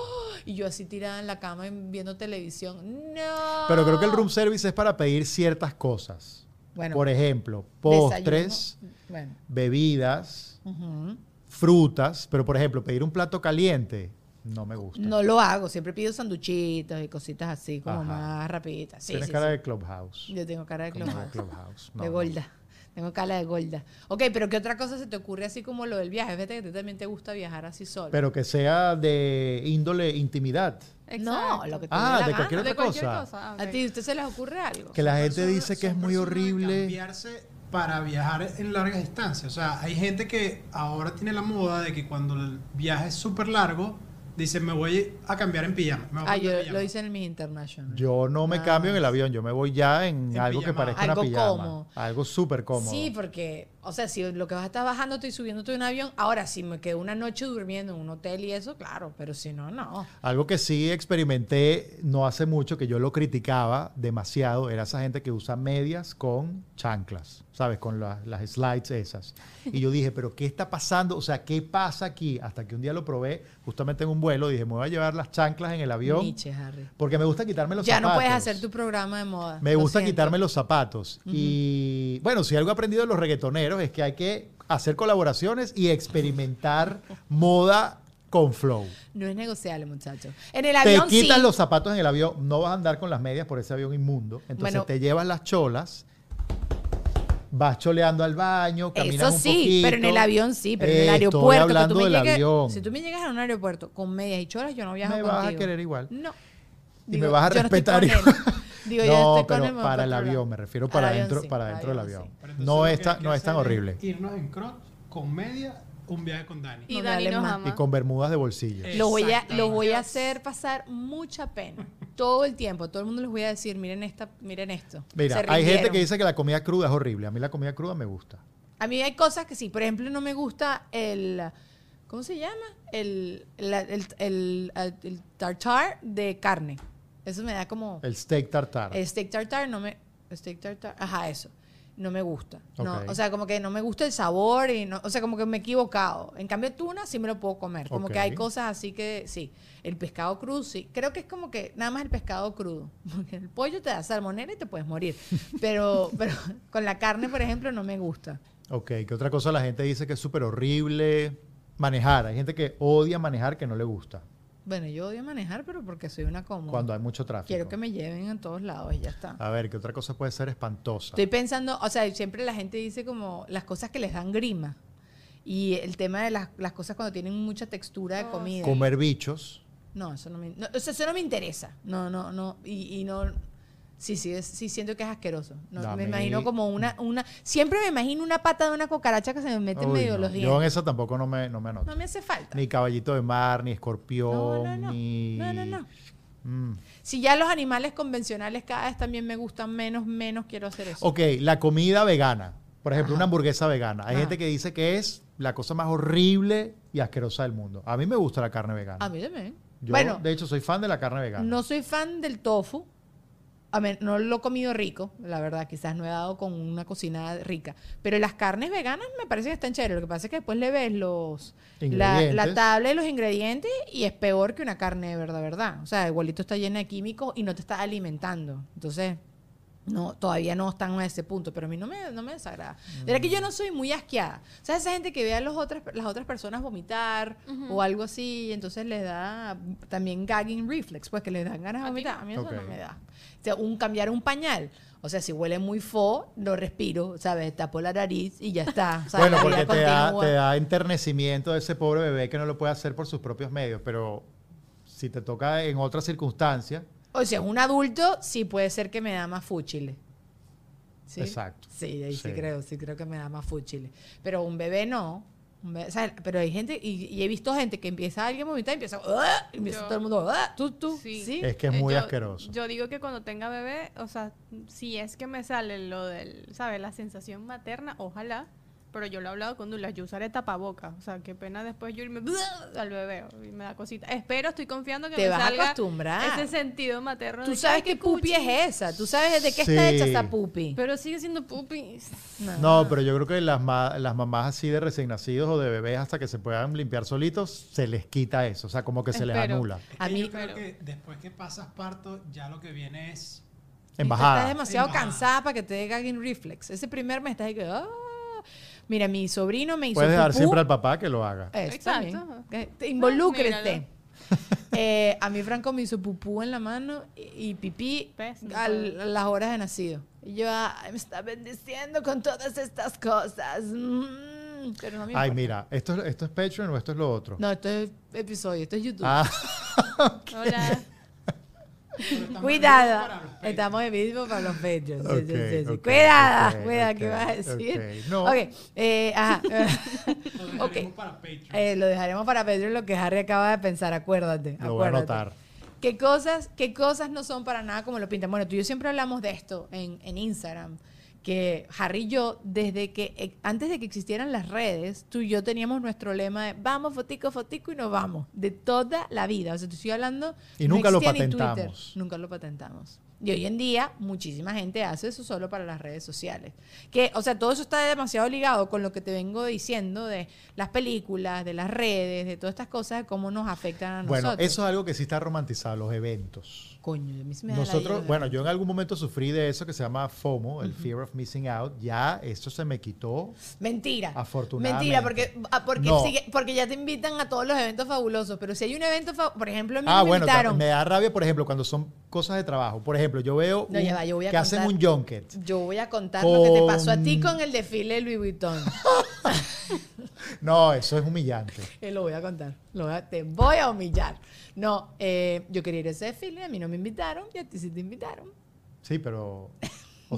Y yo así tirada en la cama y viendo televisión. No. Pero creo que el room service es para pedir ciertas cosas. Bueno, por ejemplo, desayuno. postres, Bueno. bebidas, ujú. frutas, pero por ejemplo, pedir un plato caliente no me gusta. No lo hago, siempre pido sanduchitos y cositas así, como Ajá. más rapiditas. Sí, Tienes sí, cara sí. de clubhouse. Yo tengo cara de Como cloma, de clubhouse. No, de no. gorda. Tengo cara de gorda. Ok, pero ¿qué otra cosa se te ocurre así como lo del viaje? Vete que a ti también te gusta viajar así solo. Pero que sea de índole intimidad. no, lo que te Ah, dé la de gana. cualquier otra De cualquier cosa. cosa. ¿A ti usted se les ocurre algo? Que la Son gente personas- dice que es son muy personas de horrible. Cambiarse para viajar en largas distancias. O sea, hay gente que ahora tiene la moda de que cuando el viaje es súper largo, dice, me voy a cambiar en pijama. me voy a Ah, poner yo pijama". lo hice en mis international. Yo no me Ah. cambio en el avión, yo me voy ya en, En algo que pijama. parezca Algo una pijama. cómodo. Algo súper cómodo. Sí, porque, o sea, si lo que vas a estar bajándote y subiéndote de un avión, ahora si me quedo una noche durmiendo en un hotel y eso, claro, pero si no, no. Algo que sí experimenté no hace mucho, que yo lo criticaba demasiado, era esa gente que usa medias con chanclas, ¿sabes? Con la- las slides esas. Y yo dije, ¿pero qué está pasando? O sea, ¿qué pasa aquí? Hasta que un día lo probé, justamente en un vuelo, dije, me voy a llevar las chanclas en el avión. Nietzsche, Harry. Porque me gusta quitarme los ya zapatos. no puedes hacer tu programa de moda. Me lo gusta siento. quitarme los zapatos. Y bueno, si algo he aprendido de los reggaetoneros es que hay que hacer colaboraciones y experimentar moda con flow. No es negociable, muchachos. En el te avión quitas sí. los zapatos en el avión, no vas a andar con las medias por ese avión inmundo. Entonces Bueno. te llevas las cholas, vas choleando al baño, caminas Eso un sí, poquito. pero en el avión sí, pero en el Eh, aeropuerto. Estoy que hablando tú me del llegues- avión. Si tú me llegas a un aeropuerto con medias y cholas, yo no viajo me contigo. vas a querer igual. No. Y me vas a yo no estoy respetar con igual. él. Digo, yo no, estoy pero con él, me voy para para el otro avión, lado. me refiero Al para avión adentro, sí, para al dentro del avión avión. Pero entonces No lo es que tan- hay que no es tan hacer horrible. Irnos en crocs con media, un viaje con No Dani. Y me Dani hablen nos más. ama. Y con bermudas de bolsillo. Eh. Lo voy, a, lo Exactamente. voy a Dios. hacer pasar mucha pena. Todo el tiempo. Todo el mundo les voy a decir, miren esta, miren esto. Mira, Se hay gente rindieron. que dice que la comida cruda es horrible. A mí la comida cruda me gusta. A mí hay cosas que sí. Por ejemplo, no me gusta el. ¿Cómo se llama? El, la- el, el- el tartar de carne. Eso me da como. El steak tartar. El steak tartar no me. Steak tartar. Ajá, eso. No me gusta. No, Ok. O sea, como que no me gusta el sabor y no. O sea, como que me he equivocado. En cambio, tuna sí me lo puedo comer. Como que hay Ok. cosas así que sí. El pescado crudo sí. Creo que es como que nada más el pescado crudo. Porque el pollo te da salmonera y te puedes morir. Pero, pero con la carne, por ejemplo, no me gusta. Ok, que otra cosa la gente dice que es súper horrible manejar. Hay gente que odia manejar que no le gusta Bueno, yo odio manejar, pero porque soy una cómoda. cuando hay mucho tráfico. Ah, Quiero que me lleven a todos lados y ya está. A ver, que otra cosa puede ser espantosa. Estoy pensando, o sea, siempre la gente dice como las cosas que les dan grima. Y el tema de las, las cosas cuando tienen mucha textura de Oh, comida. Comer bichos. No, eso no me, no, o sea, eso no me interesa. No, no, no. Y, y no. Sí, sí, es- sí, siento que es asqueroso. No, No, a me mí- imagino como una, una. Siempre me imagino una pata de una cucaracha que se me mete en Uy, medio de no. los Yo en dientes. esa tampoco no me, no me anoto. No me hace falta. Ni caballito de mar, ni escorpión, No, no, no. ni... No, no, no. Mm. Si ya los animales convencionales cada vez también me gustan menos, menos quiero hacer eso. Ok, la comida vegana. Por ejemplo, Ajá. una hamburguesa vegana. Hay Ajá. gente que dice que es la cosa más horrible y asquerosa del mundo. A mí me gusta la carne vegana. A mí también. Yo, bueno, de hecho, soy fan de la carne vegana. No soy fan del tofu. A ver, no lo he comido rico, la verdad, quizás no he dado con una cocina rica. Pero las carnes veganas me parece que están chéveres. Lo que pasa es que después le ves los la, Ingredientes. la tabla de los ingredientes y es peor que una carne de verdad, verdad. O sea, igualito está llena de químicos y no te está alimentando. Entonces, no, todavía no están a ese punto, pero a mí no me, no me desagrada. De verdad que yo no soy muy asqueada. O sea, esa gente que ve a los otras, las otras personas vomitar Ujú. o algo así, y entonces les da también gagging reflex, pues que les dan ganas de ¿A ti vomitar. A mí eso Ok. no me da. O sea, un cambiar un pañal. O sea, si huele muy fo, lo respiro, ¿sabes? Tapo la nariz y ya está. O sea, bueno, la vida porque te da, continúa. te da enternecimiento de ese pobre bebé que no lo puede hacer por sus propios medios, pero si te toca en otra circunstancia, O sea, un adulto sí puede ser que me da más fúchile. ¿Sí? Exacto. Sí, ahí sí. Sí. creo, sí creo que me da más fúchile. Pero un bebé no. Un bebé- o sea, pero hay gente, y, y he visto gente que empieza alguien a vomitar y empieza, "Ah", y empieza Yo- todo el mundo, "Ah", tú, tú, sí. Sí. es que es Eh, muy yo- asqueroso. Yo digo que cuando tenga bebé, o sea, si es que me sale lo del, ¿sabes? La sensación materna, ojalá. Pero yo lo he hablado con Dula, yo usaré tapaboca. O sea, qué pena después yo irme al bebé. Y me da cosita. Espero, estoy confiando que Te me vas a salga acostumbrar. ese sentido materno. Tú de que, sabes "Ay, qué qué pupi cuchi". es esa, tú sabes de qué está hecha Sí. esa pupi. Pero sigue siendo pupi. No, pero yo creo que las, ma- las mamás así de recién nacidos o de bebés hasta que se puedan limpiar solitos, se les quita eso, o sea, como que se les Espero. anula. Es A que mí- yo creo Pero- que después que pasas parto, ya lo que viene es Estás Embajada. demasiado Embajada. cansada para que te dé gagging reflex. Ese primer mes estás ahí que, "Ah". Mira, mi sobrino me hizo Puedes dejar pupú. siempre al papá que lo haga. Eso Exacto. también. Que te míralo. Eh, Involúcrete. Eh, a mí Franco me hizo pupú en la mano y, y pipí ¿Ves? No al- puedo. a las horas de nacido. Y yo, "Ay, me está bendiciendo con todas estas cosas. Mm, pero no me Ay, importa. mira, ¿esto, es- ¿esto es Patreon o esto es lo otro? No, esto es episodio, esto es YouTube. Ah, Hola. pero estamos Cuidado. para los pechos. Estamos en vivo para los pechos. Sí, sí, sí, sí. Ok, ok, Cuidada, ok, cuidada, ok, ¿qué vas a decir? ok. No. Ok, eh, ajá. Lo ok. dejaremos para Patreon. Eh, lo dejaremos para Pedro lo que Harry acaba de pensar, acuérdate. Lo voy a acuérdate. anotar. ¿Qué cosas, ¿Qué cosas no son para nada como lo pintan? Bueno, tú y yo siempre hablamos de esto en, en Instagram, que Harry y yo, desde que, eh, antes de que existieran las redes, tú y yo teníamos nuestro lema de vamos, fotico, fotico y nos vamos, de toda la vida. O sea, te estoy hablando... Y nunca lo existía ni Twitter. patentamos. Nunca lo patentamos. Y hoy en día, muchísima gente hace eso solo para las redes sociales. Que, o sea, todo eso está demasiado ligado con lo que te vengo diciendo de las películas, de las redes, de todas estas cosas, de cómo nos afectan a bueno, nosotros. eso es algo que sí está romantizado, los eventos. Coño, a mí se me da la Nosotros, llave. bueno, yo en algún momento sufrí de eso que se llama FOMO, el Fear of Missing Out. Ya, eso se me quitó. Mentira. Afortunadamente. Mentira, porque, ah, porque, No. sigue- porque ya te invitan a todos los eventos fabulosos. Pero si hay un evento, fa- por ejemplo, a mí Ah, me bueno, invitaron. me da rabia, por ejemplo, cuando son cosas de trabajo. Por ejemplo, yo veo No, un- ya va, yo voy a que hacen contar. un junket. Yo voy a contar lo que te pasó a ti Con- con el desfile de Louis Vuitton. No, eso es humillante. Eh, lo voy a contar. Lo voy a- te voy a humillar. No, eh, yo quería ir a ese desfile, a mí no me invitaron y a ti sí te invitaron. Sí, pero O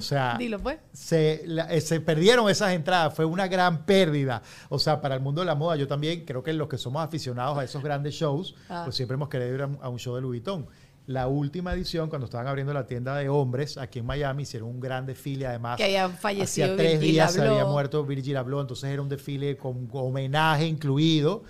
sea, Dilo pues. se, la- eh, se perdieron esas entradas, fue una gran pérdida. O sea, para el mundo de la moda, yo también creo que los que somos aficionados a esos grandes shows, Ah. pues siempre hemos querido ir a, un- a un show de Louis Vuitton. La última edición, cuando estaban abriendo la tienda de hombres aquí en Miami, hicieron un gran desfile, además. Que había fallecido Ah, Hacía tres Virgil días se había Abloh. muerto Virgil Abloh, entonces era un desfile con homenaje incluido.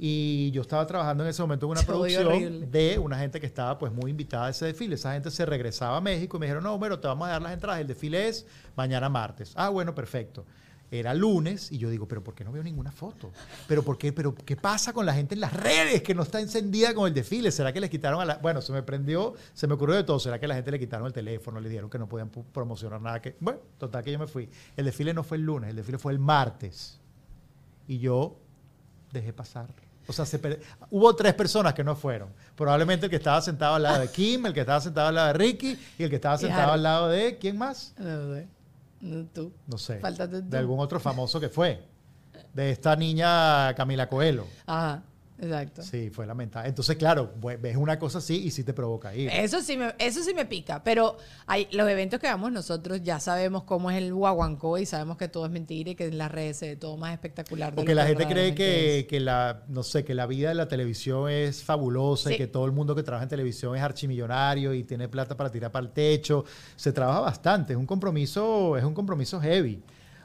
Y yo estaba trabajando en ese momento en una Se oye horrible. producción de una gente que estaba pues muy invitada a ese desfile. Esa gente se regresaba a México y me dijeron, no, Homero, te vamos a dar las entradas. El desfile es mañana martes. Ah, bueno, perfecto. Era lunes y yo digo, pero ¿por qué no veo ninguna foto? ¿Pero por qué? ¿Pero qué pasa con la gente en las redes que no está encendida con el desfile? ¿Será que les quitaron a la...? Bueno, se me prendió, se me ocurrió de todo. ¿Será que la gente le quitaron el teléfono? Le dijeron que no podían pu- promocionar nada. Que... Bueno, total que yo me fui. El desfile no fue el lunes, el desfile fue el martes. Y yo dejé pasar. O sea, se per- hubo tres personas que no fueron. Probablemente el que estaba sentado al lado de Kim, el que estaba sentado al lado de Ricky y el que estaba Y sentado Harold. al lado de... ¿Quién más? No sé. No, Tú. No sé. Faltaste tú. De algún otro famoso que fue. De esta niña Camila Coelho. Ajá, exacto. Sí, fue lamentable. Entonces, claro, bu- ves una cosa así y sí te provoca ir. Eso sí, me, eso sí me pica, pero hay, los eventos que vamos nosotros ya sabemos cómo es el guaguancó y sabemos que todo es mentira y que en las redes se ve todo más espectacular. de lo Porque la gente cree verdaderamente que, que la, no sé, que la vida de la televisión es fabulosa Sí. y que todo el mundo que trabaja en televisión es archimillonario y tiene plata para tirar para el techo. Se trabaja bastante, es un compromiso, es un compromiso heavy.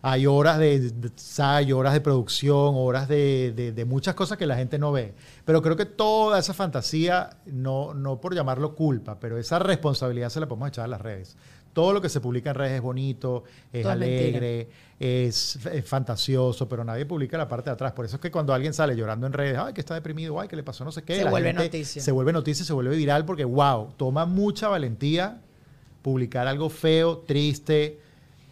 Hay horas de de ensayo, horas de producción, horas de, de- de muchas cosas que la gente no ve. Pero creo que toda esa fantasía, no, no por llamarlo culpa, pero esa responsabilidad se la podemos echar a las redes. Todo lo que se publica en redes es bonito, es Todo es mentira. alegre, es, es fantasioso, pero nadie publica la parte de atrás. Por eso es que cuando alguien sale llorando en redes, ay, que está deprimido, ay, que le pasó no sé qué. Se la vuelve gente noticia. Se vuelve noticia, se vuelve viral porque, wow, toma mucha valentía publicar algo feo, triste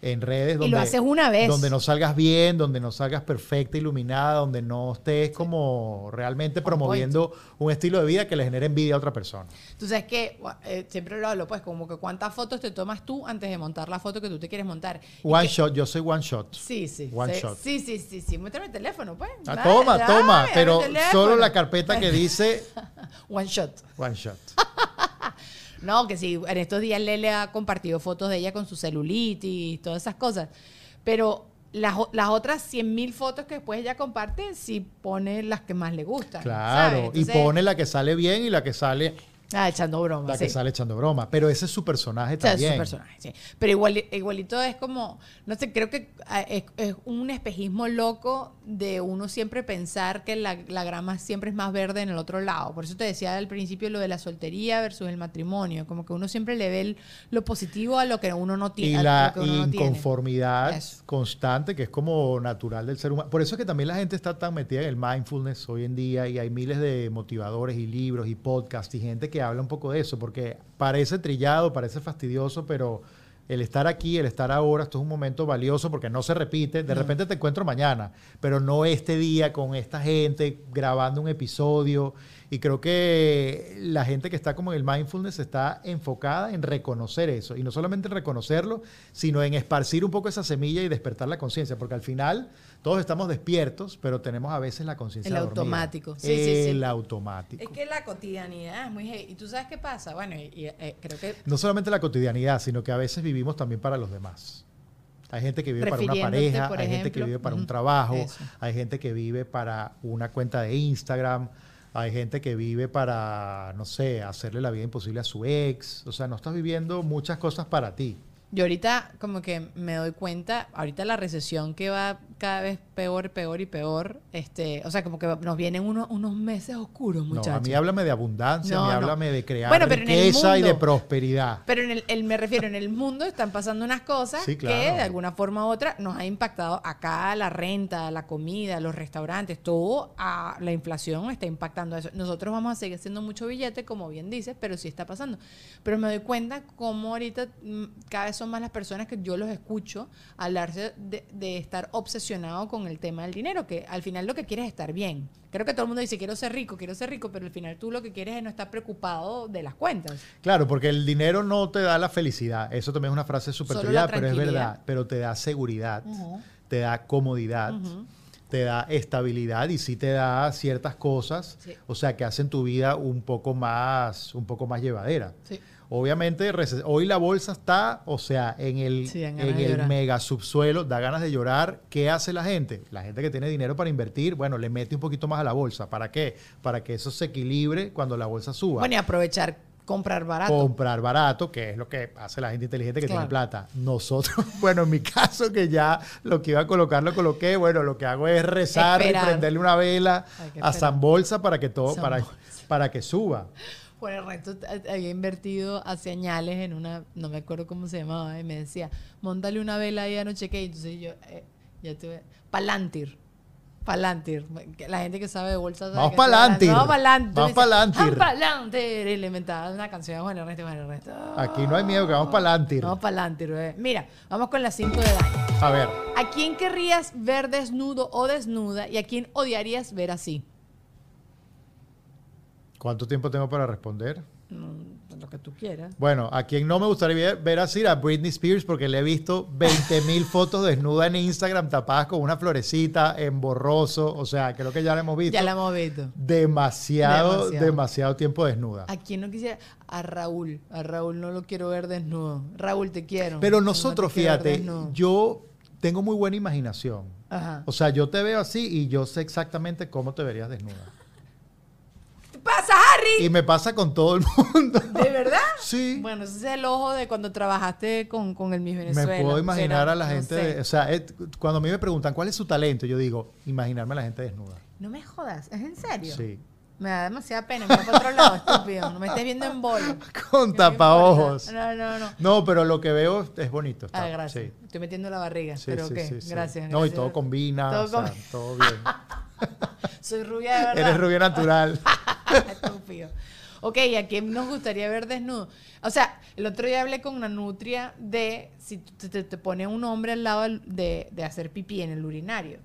en redes. es. Donde, Y lo haces una vez. Donde no salgas bien, donde no salgas perfecta, iluminada, donde no estés como realmente promoviendo un estilo de vida que le genere envidia a otra persona. Tú sabes que gua- eh, siempre lo hablo, pues, como que cuántas fotos te tomas tú antes de montar la foto que tú te quieres montar. Y One que- shot, yo soy one shot. Sí, sí. One sí, shot. Sí, sí, sí, sí. Muéstrame el teléfono, pues. Ah, Dale, toma, dame, toma, dame el pero solo teléfono. la carpeta que dice One shot. one shot. No, que sí, en estos días Lele ha compartido fotos de ella con su celulitis, todas esas cosas. Pero las, o- las otras 100.000 fotos que después ella comparte, sí pone las que más le gustan. Claro, ¿sabes? y Entonces- pone la que sale bien y la que sale Ah, echando bromas. la que sí. sale echando broma, pero ese es su personaje O sea, es también. su personaje, sí. Pero igual, igualito es como, no sé, creo que ah, es, es un espejismo loco de uno siempre pensar que la, la grama siempre es más verde en el otro lado. Por eso te decía al principio lo de la soltería versus el matrimonio. Como que uno siempre le ve el- lo positivo a lo que uno no Y tiene. la inconformidad Eso. constante, que es como natural del ser humano. Por eso es que también la gente está tan metida en el mindfulness hoy en día y hay miles de motivadores y libros y podcasts y gente que habla un poco de eso, porque parece trillado, parece fastidioso, pero el estar aquí, el estar ahora, esto es un momento valioso porque no se repite. De repente te encuentro mañana, pero no este día con esta gente grabando un episodio. Y creo que la gente que está como en el mindfulness está enfocada en reconocer eso. Y no solamente en reconocerlo, sino en esparcir un poco esa semilla y despertar la conciencia. Porque al final todos estamos despiertos, pero tenemos a veces la conciencia El dormida. automático. Sí, sí, sí. El automático. Es que la cotidianidad es muy... heavy. ¿Y tú sabes qué pasa? Bueno, y- y, eh, creo que No solamente la cotidianidad, sino que a veces vivimos también para los demás. Hay gente que vive para una Refiriéndote, pareja, por hay gente que ejemplo. vive para un Ujú, trabajo, eso. hay gente que vive para una cuenta de Instagram, hay gente que vive para, no sé, hacerle la vida imposible a su ex. O sea, no estás viviendo muchas cosas para ti. Yo ahorita como que me doy cuenta, ahorita la recesión que va cada vez peor, peor y peor, este, o sea, como que nos vienen unos, unos meses oscuros, No, a muchachos. mí háblame de abundancia, No, a mí no. háblame de crear Bueno, pero en el riqueza y de mundo. prosperidad. Pero en el, el- me refiero, en el mundo están pasando unas cosas Sí, claro. que de alguna forma u otra nos ha impactado acá la renta, la comida, los restaurantes, todo a la inflación está impactando eso. Nosotros vamos a seguir haciendo mucho billete, como bien dices, pero sí está pasando. Pero me doy cuenta cómo ahorita mm, cada vez son más las personas que yo los escucho hablarse de, de estar obsesionado con el tema del dinero, que al final lo que quieres es estar bien. Creo que todo el mundo dice quiero ser rico, quiero ser rico, pero al final tú lo que quieres es no estar preocupado de las cuentas. Claro, porque el dinero no te da la felicidad. Eso también es una frase súper Solo trivial, la pero es tranquilidad. verdad. Pero te da seguridad, Ujú. te da comodidad, Ujú. te da estabilidad y sí te da ciertas cosas, Sí. o sea, que hacen tu vida un poco más, un poco más llevadera. Sí. Obviamente, rece- hoy la bolsa está, o sea, en el, Sí, dan en ganas de el llorar. mega subsuelo, da ganas de llorar. ¿Qué hace la gente? La gente que tiene dinero para invertir, bueno, le mete un poquito más a la bolsa. ¿Para qué? Para que eso se equilibre cuando la bolsa suba. Bueno, y aprovechar, comprar barato. comprar barato, que es lo que hace la gente inteligente que Claro. tiene plata. Nosotros, bueno, en mi caso que ya lo que iba a colocar lo coloqué, bueno, lo que hago es rezar Esperar. y prenderle una Hay vela que a esperar. San Bolsa para que todo San para, Bolsa. para que suba. Por el resto, t- eh, había invertido a señales en una, no me acuerdo cómo se llamaba, y me decía, montale una vela ahí a no sé qué. Y Entonces yo, eh, ya tuve, Palantir. Palantir. Que La gente que sabe de bolsa sabe Vamos que estoy Palantir. hablando. Vamos Palantir. Me Vamos dice, Palantir. "Ah, Palantir. Y le inventaba una canción a Juan Ernesto, Juan Ernesto. Aquí no hay miedo, que vamos pa'lantir. Vamos Palantir, bebé. Mira, vamos con las 5 de daño. A ver, ¿A quién querrías ver desnudo o desnuda y a quién odiarías ver así? ¿cuánto tiempo tengo para responder? Mm, Lo que tú quieras. Bueno, a quien no me gustaría ver así a Britney Spears porque le he visto 20.000 fotos desnuda en Instagram tapadas con una florecita, en borroso, o sea, creo que ya la hemos visto. Ya la hemos visto. demasiado, Demasiado. demasiado, tiempo desnuda. ¿A quién no quisiera? A Raúl. A Raúl no lo quiero ver desnudo. Raúl, te quiero. Pero No nosotros, te quiero ver fíjate, desnudo. yo tengo muy buena imaginación. Ajá. O sea, yo te veo así y yo sé exactamente cómo te verías desnuda. ¿Qué pasa, Harry? Y me pasa con todo el mundo. ¿De verdad? Oh. Sí. Bueno, ese es el ojo de cuando trabajaste con, con el Miss me Venezuela. puedo imaginar ¿Será? a la No gente, sé. de- o sea, et- cuando a mí me preguntan cuál es su talento, yo digo, imaginarme a la gente desnuda. No me jodas, ¿es en serio? Sí. Me da demasiada pena, me voy para otro lado, estúpido. No me estés viendo en bolo. Con tapaojos. No, no, no. No, pero lo que veo es, es bonito. está- Ah, gracias. sí. Estoy metiendo la barriga. Sí, pero sí, qué, sí, sí. gracias. No, y gracias. todo combina, Todo o sea, combi- todo bien. Soy rubia de verdad. Eres rubia natural. Estúpido. Ok, ¿y ¿a quién nos gustaría ver desnudo? O sea, el otro día hablé con una nutria de si tú- te, te- te pone un hombre al lado del- de, de hacer pipí en el urinario.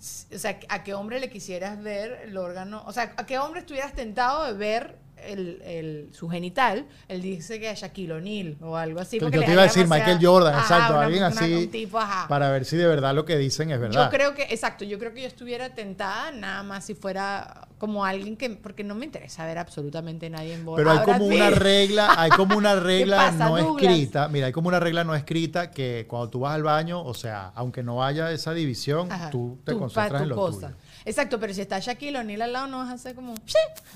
S- O sea, ¿a qué hombre le quisieras ver el órgano? O sea, ¿a qué hombre estuvieras tentado de ver el, el- su genital? Él dice que a Shaquille O'Neal o algo así. Que porque yo le te iba a haría decir demasiada- Michael Jordan, Ajá, exacto, una- alguien una- así, un tipo, ajá. para ver si de verdad lo que dicen es verdad. Yo creo que, exacto, yo creo que yo estuviera tentada nada más si fuera como alguien que, porque no me interesa ver absolutamente nadie en bola. pero hay Ahora como sí. una regla, hay como una regla pasa, no Douglas? escrita. Mira, hay como una regla no escrita que cuando tú vas al baño, o sea, aunque no haya esa división, Ajá, tú te pa- concentras en tu lo cosa. tuyo. Exacto, pero si está Shaquille O'Neal al lado no vas a hacer como...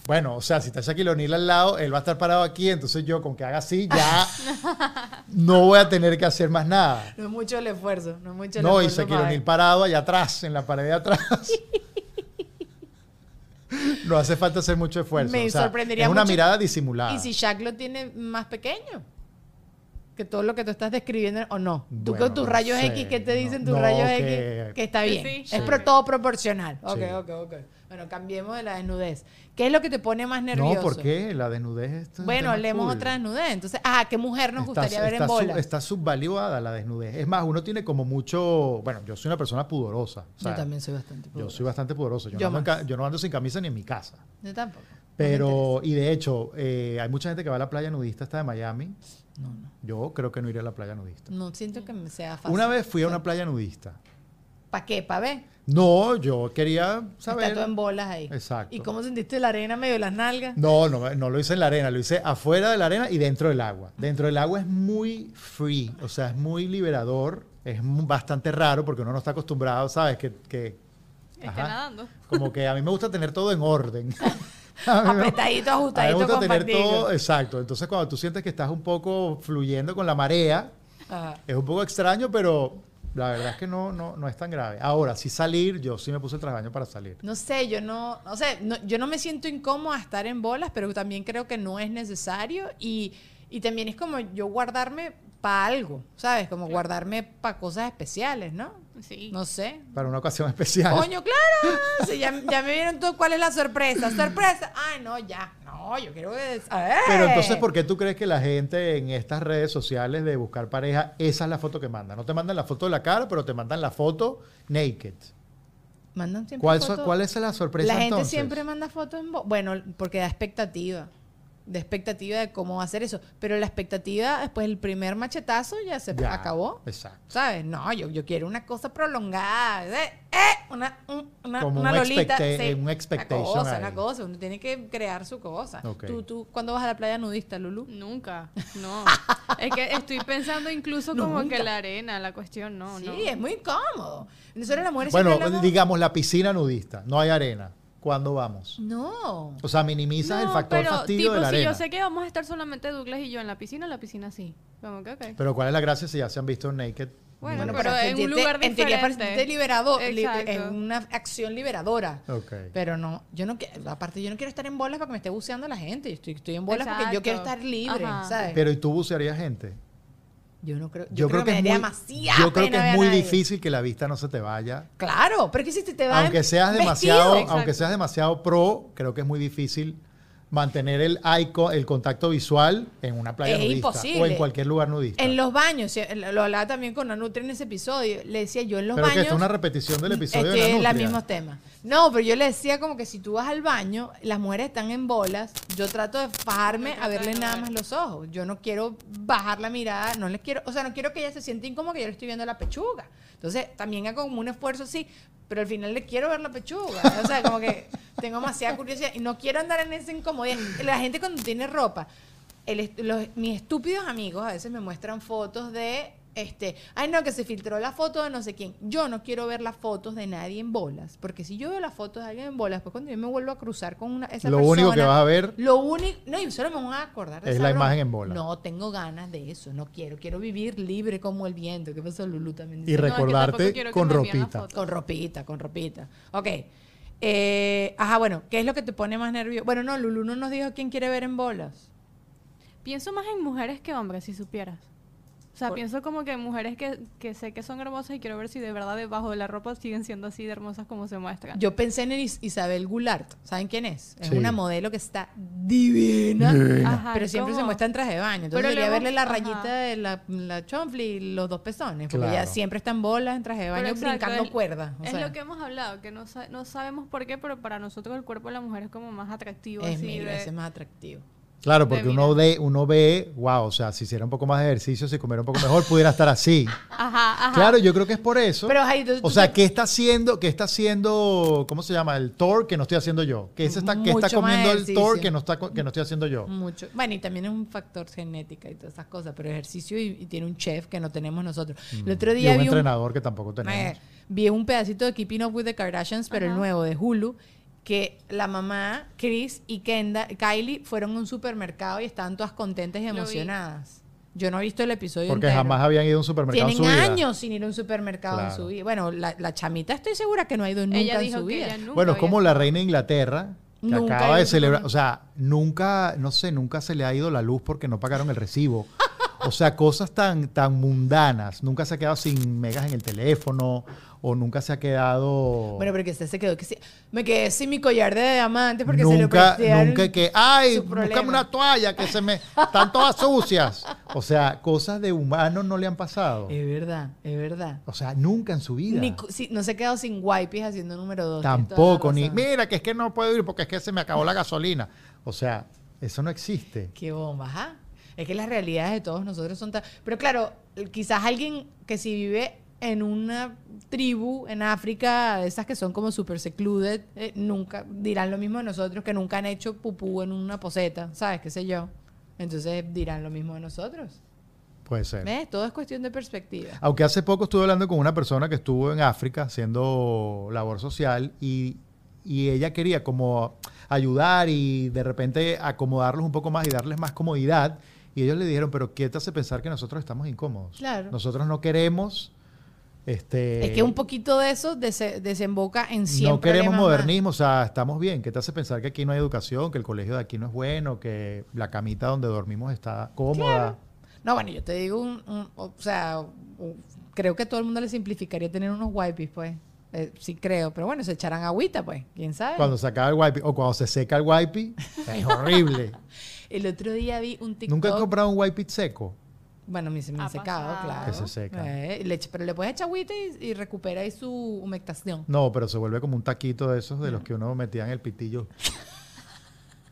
Bueno, o sea, si está Shaquille O'Neal al lado, él va a estar parado aquí, entonces yo con que haga así ya no voy a tener que hacer más nada. No es mucho el esfuerzo, no es mucho el No, y esfuerzo. Shaquille para- O'Neal parado allá atrás, en la pared de atrás. No hace falta hacer mucho esfuerzo. Me o sea, sorprendería Es una mucho. mirada disimulada. ¿Y si Shaq lo tiene más pequeño? Que todo lo que tú estás describiendo, ¿o no? Tú Bueno, con tus no rayos sé, X, ¿qué te no- dicen tus no, rayos que- X? Que está Que bien. sí. Es Sí. pro- todo proporcional. Ok, Sí. ok, ok. Bueno, cambiemos de la desnudez. ¿Qué es lo que te pone más nervioso? No, ¿por qué? La desnudez es un Bueno, tema leemos cool. otra desnudez. Entonces, ah, ¿qué mujer nos Está- gustaría ver está en sub- bola? está subvaluada la desnudez. Es más, uno tiene como mucho... Bueno, yo soy una persona pudorosa. o sea, yo también soy bastante Yo pudorosa. soy bastante pudoroso. Yo, Yo no ando en más. ca- yo no ando sin camisa ni en mi casa. Yo tampoco. No me Pero, y de hecho, eh, hay mucha gente que va a la playa nudista esta de Miami. interesa. No, no. Yo creo que no iré a la playa nudista. No siento que me sea fácil. Una vez fui a una playa nudista. ¿Para qué? ¿Para ver? No, yo quería Está saber. todo en bolas ahí. Exacto. ¿Y cómo sentiste la arena medio de las nalgas? No, no, no lo hice en la arena, lo hice afuera de la arena y dentro del agua. Dentro del agua es muy free, o sea, es muy liberador, es mu- bastante raro porque uno no está acostumbrado, ¿sabes? Que, que Está Ajá. nadando. como que a mí me gusta tener todo en orden. A mí me- Apretadito, A mí me ajustadito, gusta tener compartido. todo, eh. exacto. Entonces cuando tú sientes que estás un poco fluyendo con la marea, Ajá. es un poco extraño, pero la verdad es que no, no, no es tan grave. Ahora, si salir, yo sí me puse el trabaño para salir. No sé, yo no, o sea, no- yo no me siento incómoda estar en bolas, pero también creo que no es necesario y, y también es como yo guardarme para algo, ¿sabes? Como guardarme para cosas especiales, ¿no? Sí. No sé. Para una ocasión especial. Coño, claro. si ya, ya me vieron todo cuál es la sorpresa. Sorpresa. Ay, no, ya. No, yo quiero ver. Pero entonces, ¿por qué tú crees que la gente en estas redes sociales de buscar pareja, esa es la foto que mandan? No te mandan la foto de la cara, pero te mandan la foto naked. Mandan siempre ¿Cuál, so- fotos. cuál es la sorpresa La gente entonces? siempre manda fotos en bo- Bueno, porque da expectativa. de expectativa de cómo va a ser eso. Pero la expectativa, después del primer machetazo, ya se Ya, acabó. Exacto. ¿Sabes? No, yo, yo quiero una cosa prolongada. ¿eh? ¡Eh! Una, un- una, Como una un lolita. expecta- un Una expectation cosa, ahí. una cosa. Uno tiene que crear su cosa. Ok. ¿Tú, tú, ¿Cuándo vas a la playa nudista, Lulu? Nunca, no. es que estoy pensando incluso como que la arena, la cuestión, no, sí, no. es muy incómodo. Nosotros las mujeres Bueno, siempre hablamos- digamos la piscina nudista, no hay arena. ¿Cuándo vamos? No. O sea, minimizas el No, factor pero, fastidio tipo, de la si arena. yo sé que vamos a estar solamente Douglas y yo en la piscina, la piscina sí. Como que, ok. Pero ¿cuál es la gracia si ya se han visto naked? Bueno, Bueno, pero para en un sentirte- lugar En teoría, para diferente. sentirte liberado, li- Exacto. es una acción liberadora. Ok. Pero no, yo no quiero, aparte yo no quiero estar en bolas para que me esté buceando la gente. Yo estoy, estoy en bolas porque yo Exacto. quiero estar libre, Ajá. ¿sabes? Pero ¿y tú bucearías gente? yo no creo, yo, Yo, creo, que es me daría muy, demasiada yo creo que pena ver es a muy nadie. difícil que la vista no se te vaya. Claro, pero es que si te, te va Aunque en- seas vestido. demasiado, Exacto. aunque seas demasiado pro, creo que es muy difícil mantener el ico- el contacto visual en una playa Es nudista o en imposible. cualquier lugar nudista. en los baños, sí, lo hablaba también con Anutria en ese episodio, le decía yo en los pero que baños mm, esto es una repetición del es episodio de la que es los nutria. mismos temas. No, pero yo le decía como que si tú vas al baño, las mujeres están en bolas, yo trato de fajarme Yo trato a de verle no nada ver. más los ojos. Yo no quiero bajar la mirada, no les quiero, o sea, no quiero que ella se sienta incómoda que yo le estoy viendo la pechuga. Entonces, también hago como un esfuerzo así, pero al final le quiero ver la pechuga. O sea, como que tengo demasiada curiosidad y no quiero andar en esa incomodidad. La gente cuando tiene ropa, el est- los- mis estúpidos amigos a veces me muestran fotos de este, ay no, que se filtró la foto de no sé quién. Yo no quiero ver las fotos de nadie en bolas, porque si yo veo las fotos de alguien en bolas, pues cuando yo me vuelvo a cruzar con una, esa Lo persona, único que vas a ver lo único, no, y solo me voy a acordar de Es esa la broma. imagen en bolas. No tengo ganas de eso, no quiero, quiero vivir libre como el viento. ¿Qué pasó Lulu también? y Dice, No, es que recordarte tampoco quiero que con me envíen la ropita. foto. con ropita, con ropita. Ok. Eh, ajá, bueno, ¿qué es lo que te pone más nervioso? Bueno, no, Lulu no nos dijo quién quiere ver en bolas. Pienso más en mujeres que hombres, si supieras. O sea, Por- pienso como que en mujeres que, que sé que son hermosas y quiero ver si de verdad debajo de la ropa siguen siendo así de hermosas como se muestran. Yo pensé en Is- Isabel Goulart. ¿Saben quién es? Es Sí. una modelo que está divina. Ajá, pero ¿y siempre se cómo? muestra en traje de baño. Entonces Pero debería luego- verle la ajá. rayita de la, la chonfli y los dos pezones. Porque Claro. ella siempre está en bolas, en traje de baño, Pero exacto, brincando el- cuerdas. o es sea, lo que hemos hablado, que no, sa- no sabemos por qué, pero para nosotros el cuerpo de la mujer es como más atractivo. es así mil de- veces más atractivo. Claro, de porque uno, mirar. ve, uno ve, wow, o sea, si hiciera un poco más de ejercicio, si comiera un poco mejor, pudiera estar así. Ajá, ajá. Claro, yo creo que es por eso. Pero, Jair, tú- o tú- sea, ¿qué está haciendo? ¿Qué está haciendo? ¿Cómo se llama? El Thor que no estoy haciendo yo. ¿Qué, se está, qué está Mucho más comiendo el Thor ejercicio. que no, está, co- que no estoy haciendo yo? Mucho. Bueno, y también es un factor genética y todas esas cosas, pero ejercicio y, y tiene un chef que no tenemos nosotros. El otro Mm. Y día un vi un entrenador que tampoco tenemos. Eh, vi un pedacito de Keeping Up with the Kardashians, pero el Ajá. nuevo de Hulu, que la mamá, Chris y Kenda, Kylie fueron a un supermercado y estaban todas contentas y vi. emocionadas. Yo no he visto el episodio Porque entero. jamás habían ido a un supermercado Tienen en su vida. años sin ir a un supermercado en Claro. su vida. Bueno, la, la chamita estoy segura que no ha ido nunca ella en dijo su que vida. ella nunca Bueno, es había- como la reina de Inglaterra, que Nunca acaba hay de un celebrar, o sea, nunca, no sé, nunca se le ha ido la luz porque no pagaron el recibo. O sea, cosas tan, tan mundanas. Nunca se ha quedado sin megas en el teléfono o nunca se ha quedado... Bueno, porque usted se quedó que sí. Me quedé sin mi collar de diamantes porque se lo nunca, prestaron. nunca que, ay, su búscame problema. una toalla que se me... Están todas sucias. O sea, cosas de humanos no le han pasado. Es verdad, es verdad. O sea, nunca en su vida. Eh, Ni cu- sí, no se ha quedado sin wipes haciendo número dos. tienes toda la Tampoco, ni, razón. mira, que es que no puedo ir porque es que se me acabó la gasolina. O sea, eso no existe. Qué bomba, ajá. Es que las realidades de todos nosotros son tan... Pero claro, quizás alguien que si vive en una tribu en África, de esas que son como super secluded, eh, nunca dirán lo mismo de nosotros, que nunca han hecho pupú en una poseta, ¿sabes? ¿Qué sé yo? Entonces dirán lo mismo de nosotros. Puede ser. ¿Ves? Todo es cuestión de perspectiva. Aunque hace poco estuve hablando con una persona que estuvo en África haciendo labor social y, y ella quería como ayudar y de repente acomodarlos un poco más y darles más comodidad. Y ellos le dijeron, pero ¿qué te hace pensar que nosotros estamos incómodos? Claro. Nosotros no queremos... Este, es que un poquito de eso dese- desemboca en siempre. No queremos modernismo, o sea, estamos bien. ¿Qué te hace pensar que aquí no hay educación, que el colegio de aquí no es bueno, que la camita donde dormimos está cómoda? No, bueno, yo te digo un, un- o sea, un- creo que a todo el mundo le simplificaría tener unos wipes, pues. Eh, sí creo, pero bueno, se echarán agüita, pues, quién sabe. Cuando se acaba el wipe o cuando se seca el wipe, es horrible. El otro día vi un TikTok. Nunca he comprado un wipe seco. Bueno, a mí se me ha Ha secado, pasado. claro. Que se seca. Eh, le echa- pero le puedes echar agüita y, y recupera ahí su humectación. No, pero se vuelve como un taquito de esos de los que uno metía en el pitillo.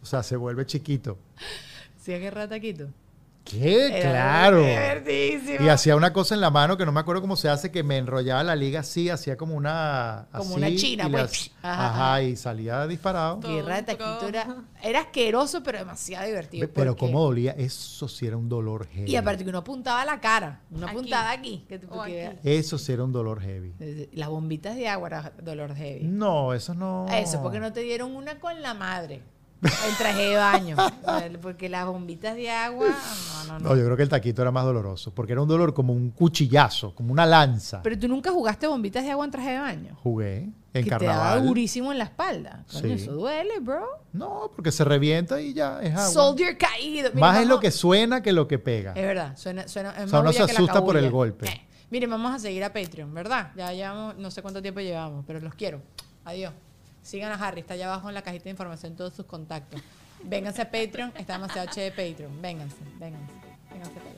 O sea, se vuelve chiquito. Sí, agarra taquito. ¿Qué? Era claro. divertidísimo. Y hacía una cosa en la mano que no me acuerdo cómo se hace, que me enrollaba la liga así, hacía como una. Como así, una china, y pues. Ajá, Ajá, ajá. y salía disparado. Todo Guerra de taquito era, era asqueroso, pero demasiado divertido. Pero porque- cómo dolía, eso sí era un dolor heavy. Y aparte que uno apuntaba la cara, una Aquí. puntada aquí. Que, O que- aquí. Eso sí era un dolor heavy. Las bombitas de agua era dolor heavy. No, eso no. Eso, porque no te dieron una con la madre. El traje de baño. Porque las bombitas de agua. No, no, no. No, yo creo que el taquito era más doloroso, porque era un dolor como un cuchillazo, como una lanza. Pero tú nunca jugaste bombitas de agua en traje de baño. Jugué que en te daba carnaval. durísimo en la espalda. Coño, Sí. eso duele, bro. No, porque se revienta y ya es agua. Soldier caído. Mira, Más es lo vamos- que suena que lo que pega. Es verdad, suena, suena, es O sea, más uno se bulla que la asusta por el cabulla. golpe. Eh, Miren, vamos a seguir a Patreon, ¿verdad? Ya llevamos, no sé cuánto tiempo llevamos, pero los quiero. Adiós. Sigan a Harry, está allá abajo en la cajita de información todos sus contactos. Vénganse a Patreon, está demasiado che de Patreon. Vénganse, vénganse, vénganse a Patreon.